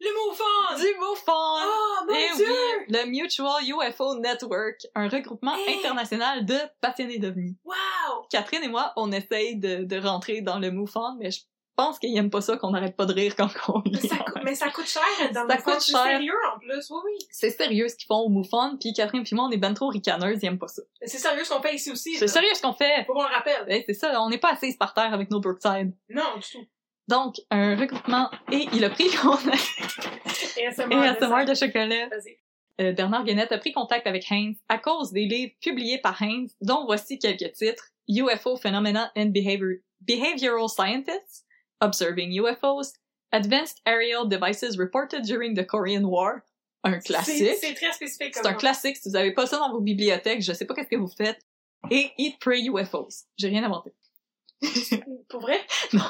Le mot fond!
Du MUFON!
Oh mon
Eh
dieu!
oui, le Mutual UFO Network, un regroupement
Hey.
international de passionnés d'ovnis.
Wow!
Catherine et moi, on essaye de, de rentrer dans le MUFON, mais je pense qu'ils aiment pas ça qu'on n'arrête pas de rire quand on
Mais
y
ça,
va.
coûte- mais ça coûte cher être dans
Ça
le fond,
coûte
c'est
cher.
sérieux en plus, oui, oui.
C'est sérieux ce qu'ils font au MUFON, puis Catherine puis moi, on est ben trop ricaneuses, ils aiment pas ça.
Mais C'est sérieux ce qu'on fait ici aussi.
C'est
là.
sérieux ce qu'on fait!
Faut qu'on le rappelle.
Eh, C'est ça, on n'est pas assises par terre avec nos Brookside.
Non, du tout.
Donc, un regroupement, et il a pris qu'on a
ASMR.
ASMR de chocolat.
Vas-y.
Euh, Bernard Guénette a pris contact avec Haynes à cause des livres publiés par Haynes, dont voici quelques titres. UFO Phenomena and Behavior- Behavioral Scientists, Observing UFOs, Advanced Aerial Devices Reported During the Korean War, un
C'est-
classique.
C'est très spécifique.
C'est
comme
un
nom.
classique, si vous n'avez pas ça dans vos bibliothèques, je sais pas qu'est-ce que vous faites. Et Eat, Pray, UFOs. J'ai rien inventé.
Pour vrai?
Non.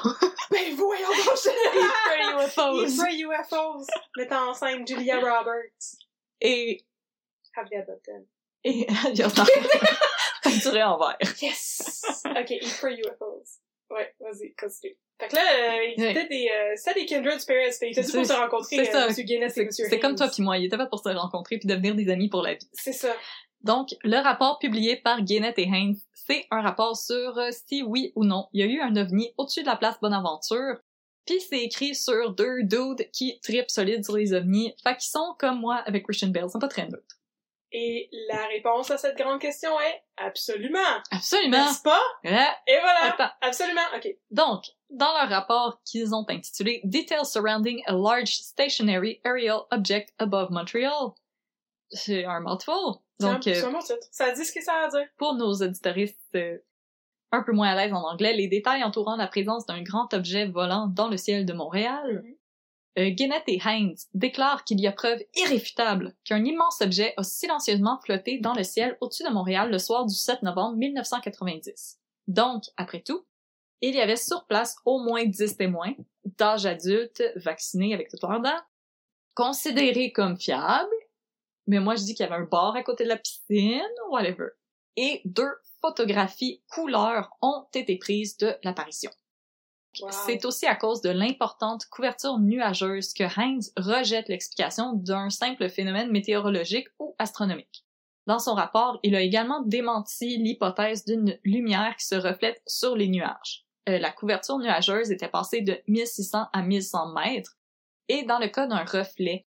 Ben voyons donc, je-
Eat, Pray,
He's
UFOs.
for UFOs. Mettant en scène Julia Roberts.
Et,
Have you about them?
et, Peinturé en vert.
Yes! ok, He's for UFOs. Ouais, vas-y, continue. Fait que là, euh, c'était des, euh, c'était des kindred spirits. Fait, ils étaient
C'est-
pour se rencontrer,
c'est ça.
euh, Monsieur Guinness et Monsieur
C'est comme toi
Haynes.
puis moi, il était pas pour se rencontrer puis devenir des amis pour la vie.
C'est ça.
Donc, le rapport publié par Guénette et Haynes, c'est un rapport sur euh, si oui ou non il y a eu un ovni au-dessus de la place Bonaventure. Puis c'est écrit sur deux dudes qui tripent solide sur les ovnis, fait qu'ils sont comme moi avec Christian Bale, ils sont pas très neutres.
Et la réponse à cette grande question est absolument.
Absolument!
N'est-ce pas?
Ouais,
Et voilà.
attends.
Absolument. Ok.
Donc, dans leur rapport qu'ils ont intitulé Details surrounding a large stationary aerial object above Montreal, c'est un mouthful.
C'est un-
Donc, euh,
c'est un bon titre. Ça dit ce que ça a à dire.
pour nos auditoristes euh, un peu moins à l'aise en anglais, les détails entourant la présence d'un grand objet volant dans le ciel de Montréal. Euh, Gennett et Hines déclarent qu'il y a preuve irréfutable qu'un immense objet a silencieusement flotté dans le ciel au-dessus de Montréal le soir du 7 novembre 1990. Donc, après tout, il y avait sur place au moins 10 témoins, d'âge adulte, vaccinés avec toutes leurs dents, considérés comme fiables, mais moi je dis qu'il y avait un bar à côté de la piscine, whatever et deux photographies couleurs ont été prises de l'apparition.
Wow.
C'est aussi à cause de l'importante couverture nuageuse que Heinz rejette l'explication d'un simple phénomène météorologique ou astronomique. Dans son rapport, il a également démenti l'hypothèse d'une lumière qui se reflète sur les nuages. Euh, la couverture nuageuse était passée de 1600 à 1100 mètres, et dans le cas d'un reflet,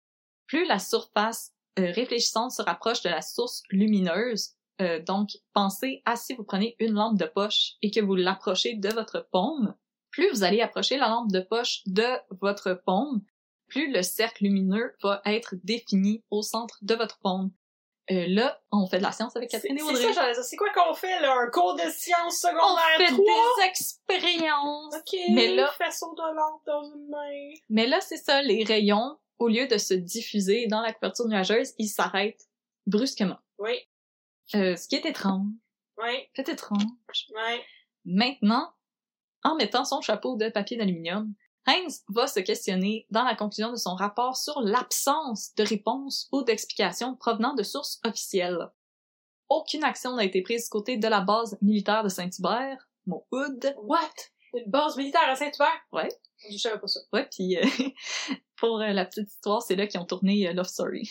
plus la surface euh, réfléchissante se rapproche de la source lumineuse, euh, donc, pensez à si vous prenez une lampe de poche et que vous l'approchez de votre paume, plus vous allez approcher la lampe de poche de votre paume, plus le cercle lumineux va être défini au centre de votre paume. Euh, là, on fait de la science avec
C'est
Catherine et
c'est
Audrey.
ça, j'allais dire. C'est quoi qu'on fait, là? Un cours de sciences
on
secondaire
fait
3?
des expériences.
Ok.
Mais là-
Faisceau de lampe dans une main.
Mais là, c'est ça, les rayons, au lieu de se diffuser dans la couverture nuageuse, ils s'arrêtent brusquement.
Oui.
Euh, ce qui est étrange.
Oui.
C'est étrange.
Oui.
Maintenant, en mettant son chapeau de papier d'aluminium, Heinz va se questionner dans la conclusion de son rapport sur l'absence de réponse ou d'explication provenant de sources officielles. Aucune action n'a été prise du côté de la base militaire de Saint-Hubert, mon hood,
What? Une base militaire à Saint-Hubert?
Ouais.
Je savais pas ça.
ouais, puis euh, pour euh, la petite histoire, c'est là qu'ils ont tourné euh, Love Story.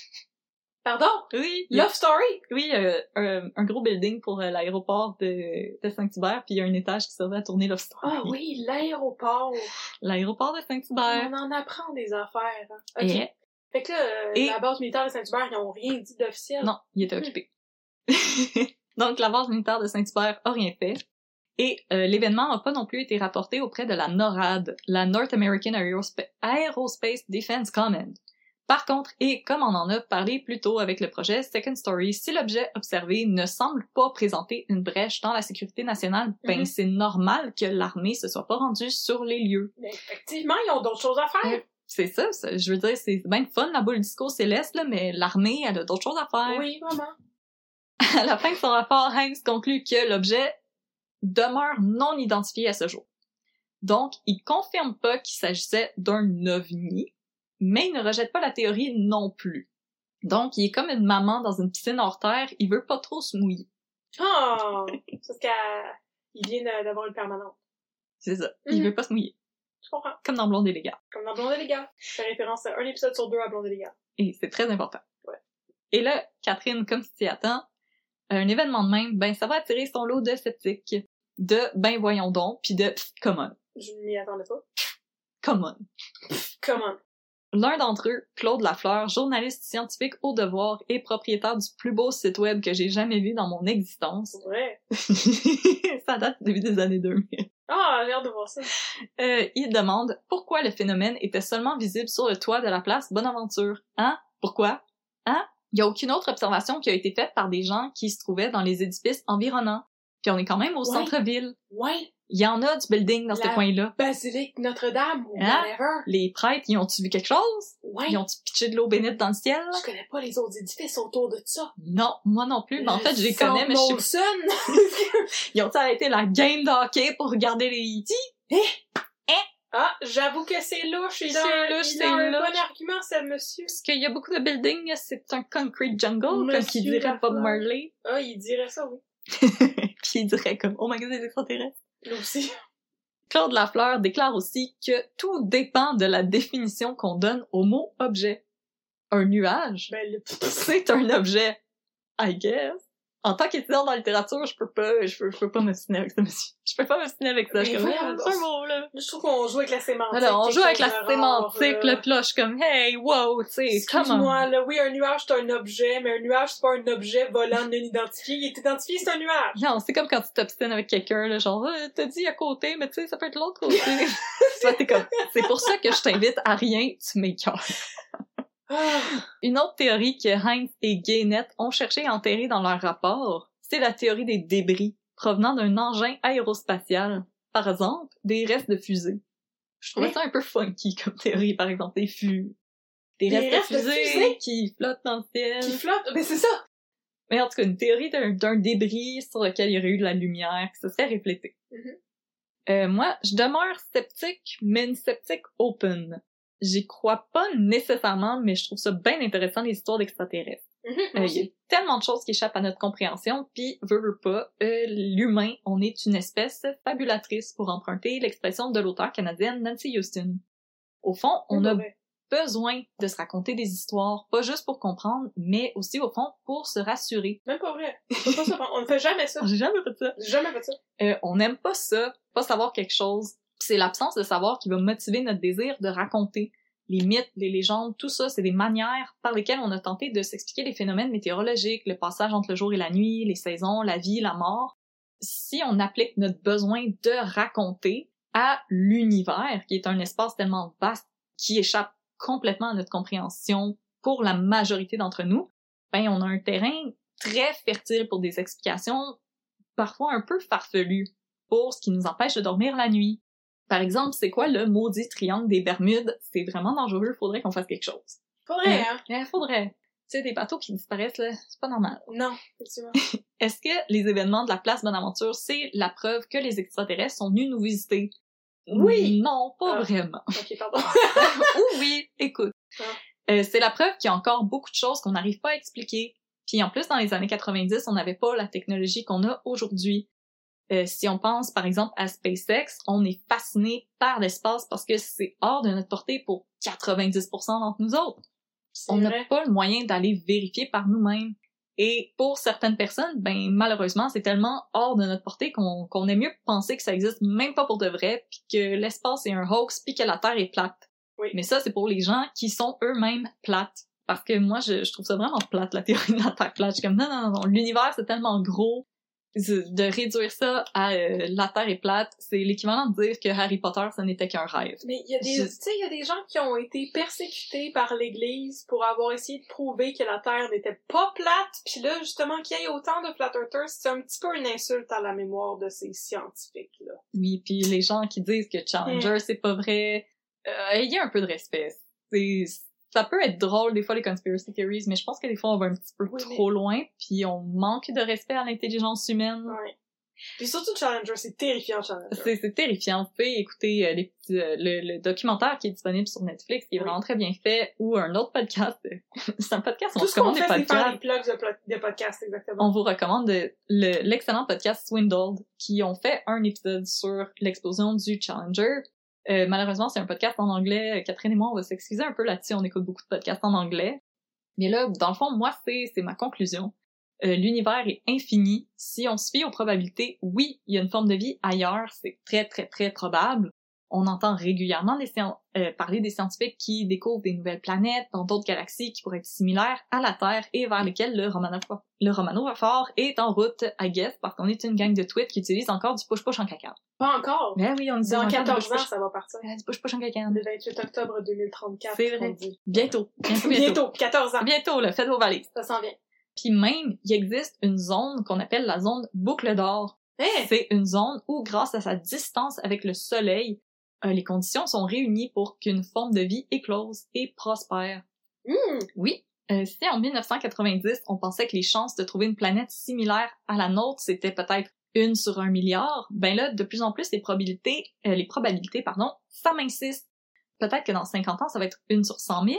Pardon?
Oui,
Love Story?
Oui, euh, un, un gros building pour euh, l'aéroport de, de Saint-Hubert, puis il y a un étage qui servait à tourner Love Story.
Ah oui, l'aéroport.
L'aéroport de Saint-Hubert.
On en apprend des affaires. hein. Ok.
Et-
Fait que là, euh,
Et-
la base militaire de Saint-Hubert, ils ont rien dit d'officiel.
Non, il
Hmm.
était occupé. Donc, la base militaire de Saint-Hubert a rien fait. Et euh, l'événement n'a pas non plus été rapporté auprès de la NORAD, la North American Aerospa- Aerospace Defense Command, Par contre, et comme on en a parlé plus tôt avec le projet Second Story, si l'objet observé ne semble pas présenter une brèche dans la sécurité nationale, ben
Mhm.
c'est normal que l'armée se soit pas rendue sur les lieux.
Mais effectivement, ils ont d'autres choses à faire.
C'est ça, ça, je veux dire, c'est bien le fun la boule disco céleste, là, mais l'armée, elle a d'autres choses à faire.
Oui, vraiment.
À la fin de son rapport, Heinz conclut que l'objet demeure non identifié à ce jour. Donc, il confirme pas qu'il s'agissait d'un ovni, mais il ne rejette pas la théorie non plus. Donc, il est comme une maman dans une piscine hors terre, il veut pas trop se mouiller.
Oh! Parce qu'il vient de- d'avoir une permanente.
C'est ça, il
Mhm.
veut pas se mouiller.
Je comprends.
Comme dans Blonde et les gars.
Comme dans Blondé les gars. Je fais référence à un épisode sur deux à Blondé les gars.
Et c'est très important. Et là, Catherine, comme si t'y attends, un événement de même, ben ça va attirer son lot de sceptiques, de ben voyons donc, puis de pff, come on,
Je m'y attendais pas.
come on.
Comment?
L'un d'entre eux, Claude Lafleur, journaliste scientifique au devoir et propriétaire du plus beau site web que j'ai jamais vu dans mon existence.
C'est vrai.
ça date du début des années 2000.
Ah, j'ai hâte de voir ça.
Euh, il demande pourquoi le phénomène était seulement visible sur le toit de la place Bonaventure. Hein? Pourquoi? Hein? Il n'y a aucune autre observation qui a été faite par des gens qui se trouvaient dans les édifices environnants. Puis on est quand même au
Ouais.
centre-ville.
Ouais.
Il y en a du building dans ce
La-
coin-là.
Basilique Notre-Dame ou
Hein?
whatever.
Les prêtres, ils ont-tu vu quelque chose?
Ouais.
Ils ont-tu pitché de l'eau bénite dans le ciel?
Je connais pas les autres édifices autour de ça.
Non, moi non plus, mais en fait, je les connais, mais je sais pas.
Molson.
Ils ont arrêté la game de hockey pour regarder les E E.T.?
ah, j'avoue que c'est louche. Il a,
C'est
un-
louche,
il
c'est
a un
louche.
bon argument, ce monsieur.
Parce qu'il y a beaucoup de buildings, c'est un concrete jungle, comme
Monsieur
qu'il dirait Bob
Lafleur.
Marley.
Ah, il dirait ça, oui.
Puis il dirait comme, oh my god, des extraterrestres.
Lui aussi.
Claude Lafleur déclare aussi que tout dépend de la définition qu'on donne au mot objet. Un nuage,
Ben, le...
c'est un objet. I guess. En tant qu'étudiant dans la littérature, je peux pas, je peux, je peux pas me signer avec ça, monsieur. Je peux pas me signer avec ça. Je suis
Mais
comme,
voyons
ah,
donc.
c'est un mot, là.
Je trouve qu'on joue avec la sémantique.
Alors, on
quelque
joue avec
chose
la
de rare,
sémantique,
là.
le puis là, je suis comme, hey, wow, tu sais, comment?
Excuse-moi, là, oui, un nuage, c'est un objet, mais un nuage, c'est pas un objet volant non identifié. Il est identifié, c'est un nuage.
Non, c'est comme quand tu t'obstines avec quelqu'un, là, genre, Euh, t'as dit à côté, mais tu sais, ça peut être l'autre côté. Toi, t'es comme, c'est pour ça que je t'invite à rien, tu m'écœures.
Ah,
Une autre théorie que Heinz et Gaynette ont cherché à enterrer dans leur rapport, c'est la théorie des débris provenant d'un engin aérospatial. Par exemple, des restes de fusées. Je trouvais
Mais-
ça un peu funky comme théorie, par exemple, des fus. Des,
Des
restes, de, fusées
fusées?
qui flottent dans le ciel.
qui flotte. Mais c'est ça.
Mais en tout cas, une théorie d'un, d'un débris sur lequel il y aurait eu de la lumière, que ce serait reflété.
Mhm.
Euh, moi, je demeure sceptique, mais une sceptique open. J'y crois pas nécessairement, mais je trouve ça bien intéressant les histoires d'extraterrestres.
Mhm.
Euh, Il y a tellement de choses qui échappent à notre compréhension, puis veut, veut pas, euh, l'humain, on est une espèce fabulatrice, pour emprunter l'expression de l'auteur canadienne Nancy Houston. Au fond, on a
Ouais.
besoin de se raconter des histoires, pas juste pour comprendre, mais aussi au fond pour se rassurer.
Même pas vrai. On fait pas ça. On ne fait jamais ça.
J'ai jamais fait ça.
J'ai jamais fait ça.
Euh, on n'aime pas ça, pas savoir quelque chose. Puis C'est l'absence de savoir qui va motiver notre désir de raconter. Les mythes, les légendes, tout ça, c'est des manières par lesquelles on a tenté de s'expliquer les phénomènes météorologiques, le passage entre le jour et la nuit, les saisons, la vie, la mort. Si on applique notre besoin de raconter à l'univers, qui est un espace tellement vaste qui échappe complètement à notre compréhension pour la majorité d'entre nous, ben on a un terrain très fertile pour des explications parfois un peu farfelu pour ce qui nous empêche de dormir la nuit. Par exemple, c'est quoi le maudit triangle des Bermudes? C'est vraiment dangereux, faudrait qu'on fasse quelque chose.
Faudrait, hein?
Il faudrait. Tu sais, des bateaux qui disparaissent, là, c'est pas normal.
Non, effectivement.
Est-ce que les événements de la place Bonaventure, c'est la preuve que les extraterrestres sont venus nous visiter?
Oui.
Non, pas
Ah.
vraiment.
ok, pardon.
Ou oui, écoute.
Ah.
Euh, c'est la preuve qu'il y a encore beaucoup de choses qu'on n'arrive pas à expliquer. Puis en plus, dans les années 90, on n'avait pas la technologie qu'on a aujourd'hui. Euh, si on pense par exemple à SpaceX, on est fasciné par l'espace parce que c'est hors de notre portée pour 90% d'entre nous autres.
C'est
On n'a
vrai.
pas le moyen d'aller vérifier par nous-mêmes. Et pour certaines personnes, ben malheureusement, c'est tellement hors de notre portée qu'on qu'on aime mieux penser que ça existe même pas pour de vrai, puis que l'espace est un hoax, puis que la Terre est plate.
Oui.
Mais ça, c'est pour les gens qui sont eux-mêmes plates. Parce que moi, je, je trouve ça vraiment plate, la théorie de la Terre plate. Je suis comme, non, non, non, non, l'univers, c'est tellement gros de réduire ça à euh, la Terre est plate, c'est l'équivalent de dire que Harry Potter, ce n'était qu'un rêve.
Mais il y a des,
Je-
tu sais, il y a des gens qui ont été persécutés par l'Église pour avoir essayé de prouver que la Terre n'était pas plate, puis là, justement, qu'il y ait autant de flat earthers, c'est un petit peu une insulte à la mémoire de ces scientifiques-là.
Oui, puis les gens qui disent que Challenger,
Hmm.
c'est pas vrai, euh, ayez un peu de respect. C'est- Ça peut être drôle, des fois, les conspiracy theories, mais je pense que des fois, on va un petit peu
Oui, mais-
trop loin, puis on manque de respect à l'intelligence humaine.
Ouais. Puis surtout Challenger, c'est terrifiant Challenger.
C'est c'est terrifiant. Vous pouvez écouter euh, les petits, euh, le, le documentaire qui est disponible sur Netflix, qui est
Oui.
vraiment très bien fait, ou un autre podcast. c'est un podcast, on
Tout ce qu'on
recommande
fait,
des
c'est faire des
podcasts.
plugs de, plo- de podcasts, exactement.
On vous recommande de- le- l'excellent podcast Swindled, qui ont fait un épisode sur l'explosion du Challenger. Euh, malheureusement, c'est un podcast en anglais. Catherine et moi, on va s'excuser un peu là-dessus. On écoute beaucoup de podcasts en anglais. Mais là, dans le fond, moi, c'est c'est ma conclusion. Euh, L'univers est infini. Si on se fie aux probabilités, oui, il y a une forme de vie ailleurs. C'est très, très, très probable. On entend régulièrement des scien- euh, parler des scientifiques qui découvrent des nouvelles planètes dans d'autres galaxies qui pourraient être similaires à la Terre et vers lesquelles le, Romanov- le Romanov-Fort est en route, à guess, parce qu'on est une gang de tweets qui utilisent encore du push-push en caca.
Pas encore.
Ben oui, on utilise
Dans
encore du
14 ans,
push-push.
ça va partir.
Ah, Du push-push en caca.
Le 28 octobre 2034.
C'est vrai.
on dit.
Bientôt. Bientôt, bientôt.
Bientôt, 14 ans.
Bientôt, là, faites vos valises.
Ça s'en vient.
Puis même, il existe une zone qu'on appelle la zone boucle d'or,
Hey!
C'est une zone où, grâce à sa distance avec le Soleil, euh, les conditions sont réunies pour qu'une forme de vie éclose et prospère.
Hmm!
Oui, euh, si en 1990, on pensait que les chances de trouver une planète similaire à la nôtre, c'était peut-être une sur un milliard, ben là, de plus en plus, les probabilités, euh, les probabilités, pardon, s'amincissent. Peut-être que dans 50 ans, ça va être une sur 100 000,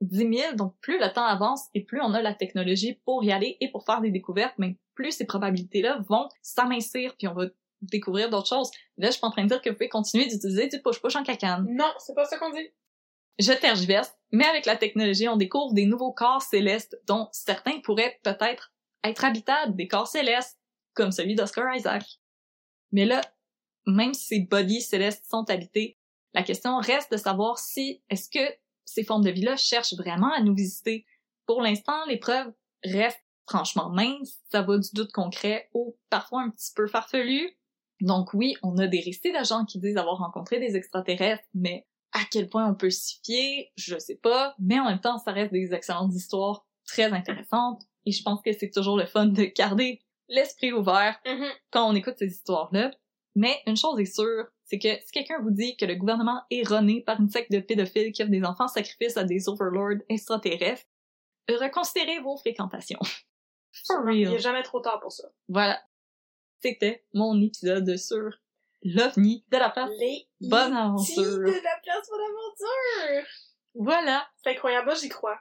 10 000, donc plus le temps avance et plus on a la technologie pour y aller et pour faire des découvertes, mais plus ces probabilités-là vont s'amincir, puis on va découvrir d'autres choses. Là, je suis pas en train de dire que vous pouvez continuer d'utiliser du push-push en cacane.
Non, c'est pas ça qu'on dit.
Je tergiverse, mais avec la technologie, on découvre des nouveaux corps célestes dont certains pourraient peut-être être habitables, des corps célestes, comme celui d'Oscar Isaac. Mais là, même si ces bodies célestes sont habités, la question reste de savoir si est-ce que ces formes de vie-là cherchent vraiment à nous visiter. Pour l'instant, les preuves restent franchement minces, ça va du doute concret au parfois un petit peu farfelu. Donc oui, on a des récits d'agents qui disent avoir rencontré des extraterrestres, mais à quel point on peut s'y fier, je sais pas, mais en même temps, ça reste des excellentes histoires très intéressantes et je pense que c'est toujours le fun de garder l'esprit ouvert
Mm-hmm.
quand on écoute ces histoires-là. Mais une chose est sûre, c'est que si quelqu'un vous dit que le gouvernement est runné par une secte de pédophiles qui offre des enfants sacrifices à des overlords extraterrestres, reconsidérez vos fréquentations. For
Il y
real.
a jamais trop tard pour ça.
Voilà. C'était mon épisode sur l'OVNI de la place.
Les
Ah. Bonne
Itis
aventure.
de la place pour l'aventure!
Voilà.
C'est incroyable, moi j'y crois.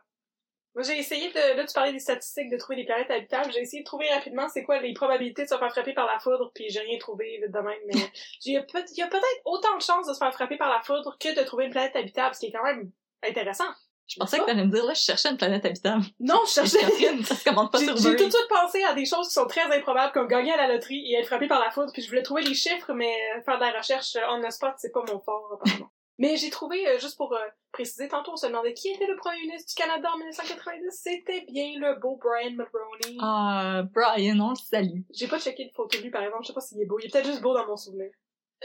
Moi j'ai essayé de... Là tu parlais des statistiques de trouver des planètes habitables, j'ai essayé de trouver rapidement c'est quoi les probabilités de se faire frapper par la foudre, puis j'ai rien trouvé de même, mais il y a peut- il y a peut-être autant de chances de se faire frapper par la foudre que de trouver une planète habitable, ce qui est quand même intéressant.
Je pensais que t'allais me dire, là, je cherchais une planète habitable.
Non, je cherchais...
Catherine, ça se commande pas
J'ai
sur
j'ai
Burry.
tout de suite pensé à des choses qui sont très improbables, comme gagner à la loterie et être frappé par la foudre, puis je voulais trouver les chiffres, mais euh, faire de la recherche euh, on the spot, c'est pas mon fort, apparemment. mais j'ai trouvé, euh, juste pour euh, préciser, tantôt on se demandait qui était le premier ministre du Canada en 1990, c'était bien le beau Brian Mulroney.
Ah, Brian, on le salue.
J'ai pas checké de photo de lui, par exemple, je sais pas s'il est beau, il est peut-être juste beau dans mon souvenir.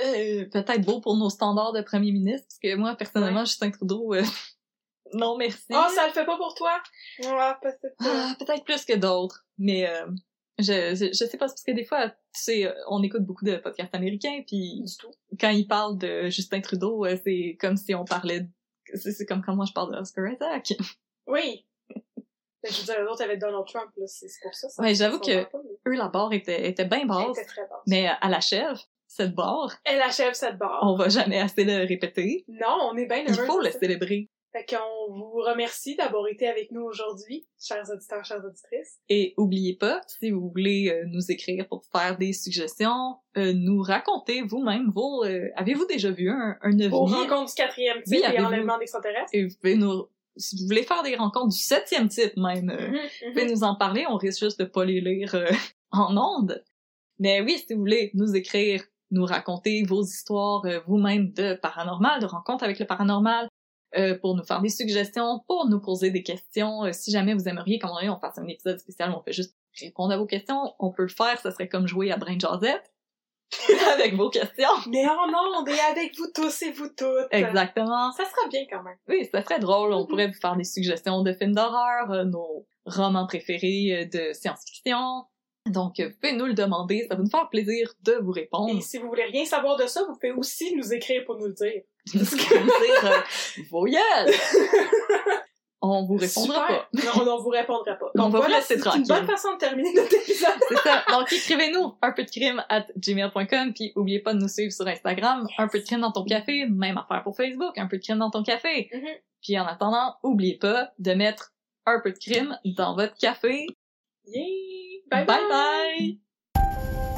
Euh, peut-être beau pour nos standards de premier ministre, parce que moi, personnellement, Justin Trudeau, euh, non merci.
Ah, ça le fait pas pour toi? Ouais, peut-être. euh,
Ah, peut-être plus que d'autres, mais euh, je, je, je sais pas, c'est parce que des fois, tu sais, euh, on écoute beaucoup de podcasts américains, puis
du tout.
quand ils parlent de Justin Trudeau, euh, c'est comme si on parlait... de- C'est c'est comme quand moi je parle de Oscar Isaac.
Oui! Mais je veux dire, l'autre avec Donald Trump, là, c'est c'est pour ça. ça
Ouais, j'avoue
ça
que-
va pas, mais
Eux, la barre était, était bien
Elle
basse,
était très basse.
mais euh, à la chèvre, cette barre,
Elle achève cette barre.
on va jamais assez le répéter.
Non, on est bien
Il
heureux.
faut le célébrer.
Fait qu'on vous remercie d'avoir été avec nous aujourd'hui, chers auditeurs, chères auditrices.
Et oubliez pas, si vous voulez euh, nous écrire pour faire des suggestions, euh, nous raconter vous-même vos... euh, Avez-vous déjà vu un, un
Aux
ovni?
rencontres du quatrième
Oui,
type et
avez-vous-
enlèvement d'extraterrestres.
Et vous pouvez nous... Si vous voulez faire des rencontres du septième type même, euh, vous pouvez nous en parler, on risque juste de pas les lire euh, en ondes. Mais oui, si vous voulez nous écrire, nous raconter vos histoires euh, vous-même de paranormal, de rencontres avec le paranormal, euh, pour nous faire des suggestions, pour nous poser des questions, euh, si jamais vous aimeriez qu'on on fasse un épisode spécial où on fait juste répondre à vos questions. On peut le faire, ce serait comme jouer à Brain Josette avec vos questions.
Mais en ondes et avec vous tous et vous toutes.
Exactement.
Ça sera bien quand même.
Oui, ça serait drôle. On
Mhm.
pourrait vous faire des suggestions de films d'horreur, euh, nos romans préférés euh, de science-fiction. Donc, euh, vous pouvez nous le demander. Ça va nous faire plaisir de vous répondre.
Et si vous voulez rien savoir de ça, vous pouvez aussi nous écrire pour nous le dire.
Parce que dire, euh, vos gueules! On vous répondra
Super.
pas.
Non, non, vous répondra pas.
On
Donc
va vous
voilà,
laisser
c'est
tranquille.
une bonne façon de terminer notre épisode.
C'est ça. Donc, écrivez-nous un peu de crime at gmail.com, puis oubliez pas de nous suivre sur Instagram, un peu de crime dans ton café, même affaire pour Facebook, un peu de crime dans ton café.
Mhm.
Puis en attendant, oubliez pas de mettre un peu de crime dans votre café.
Yeah!
Bye
bye!
bye!
bye.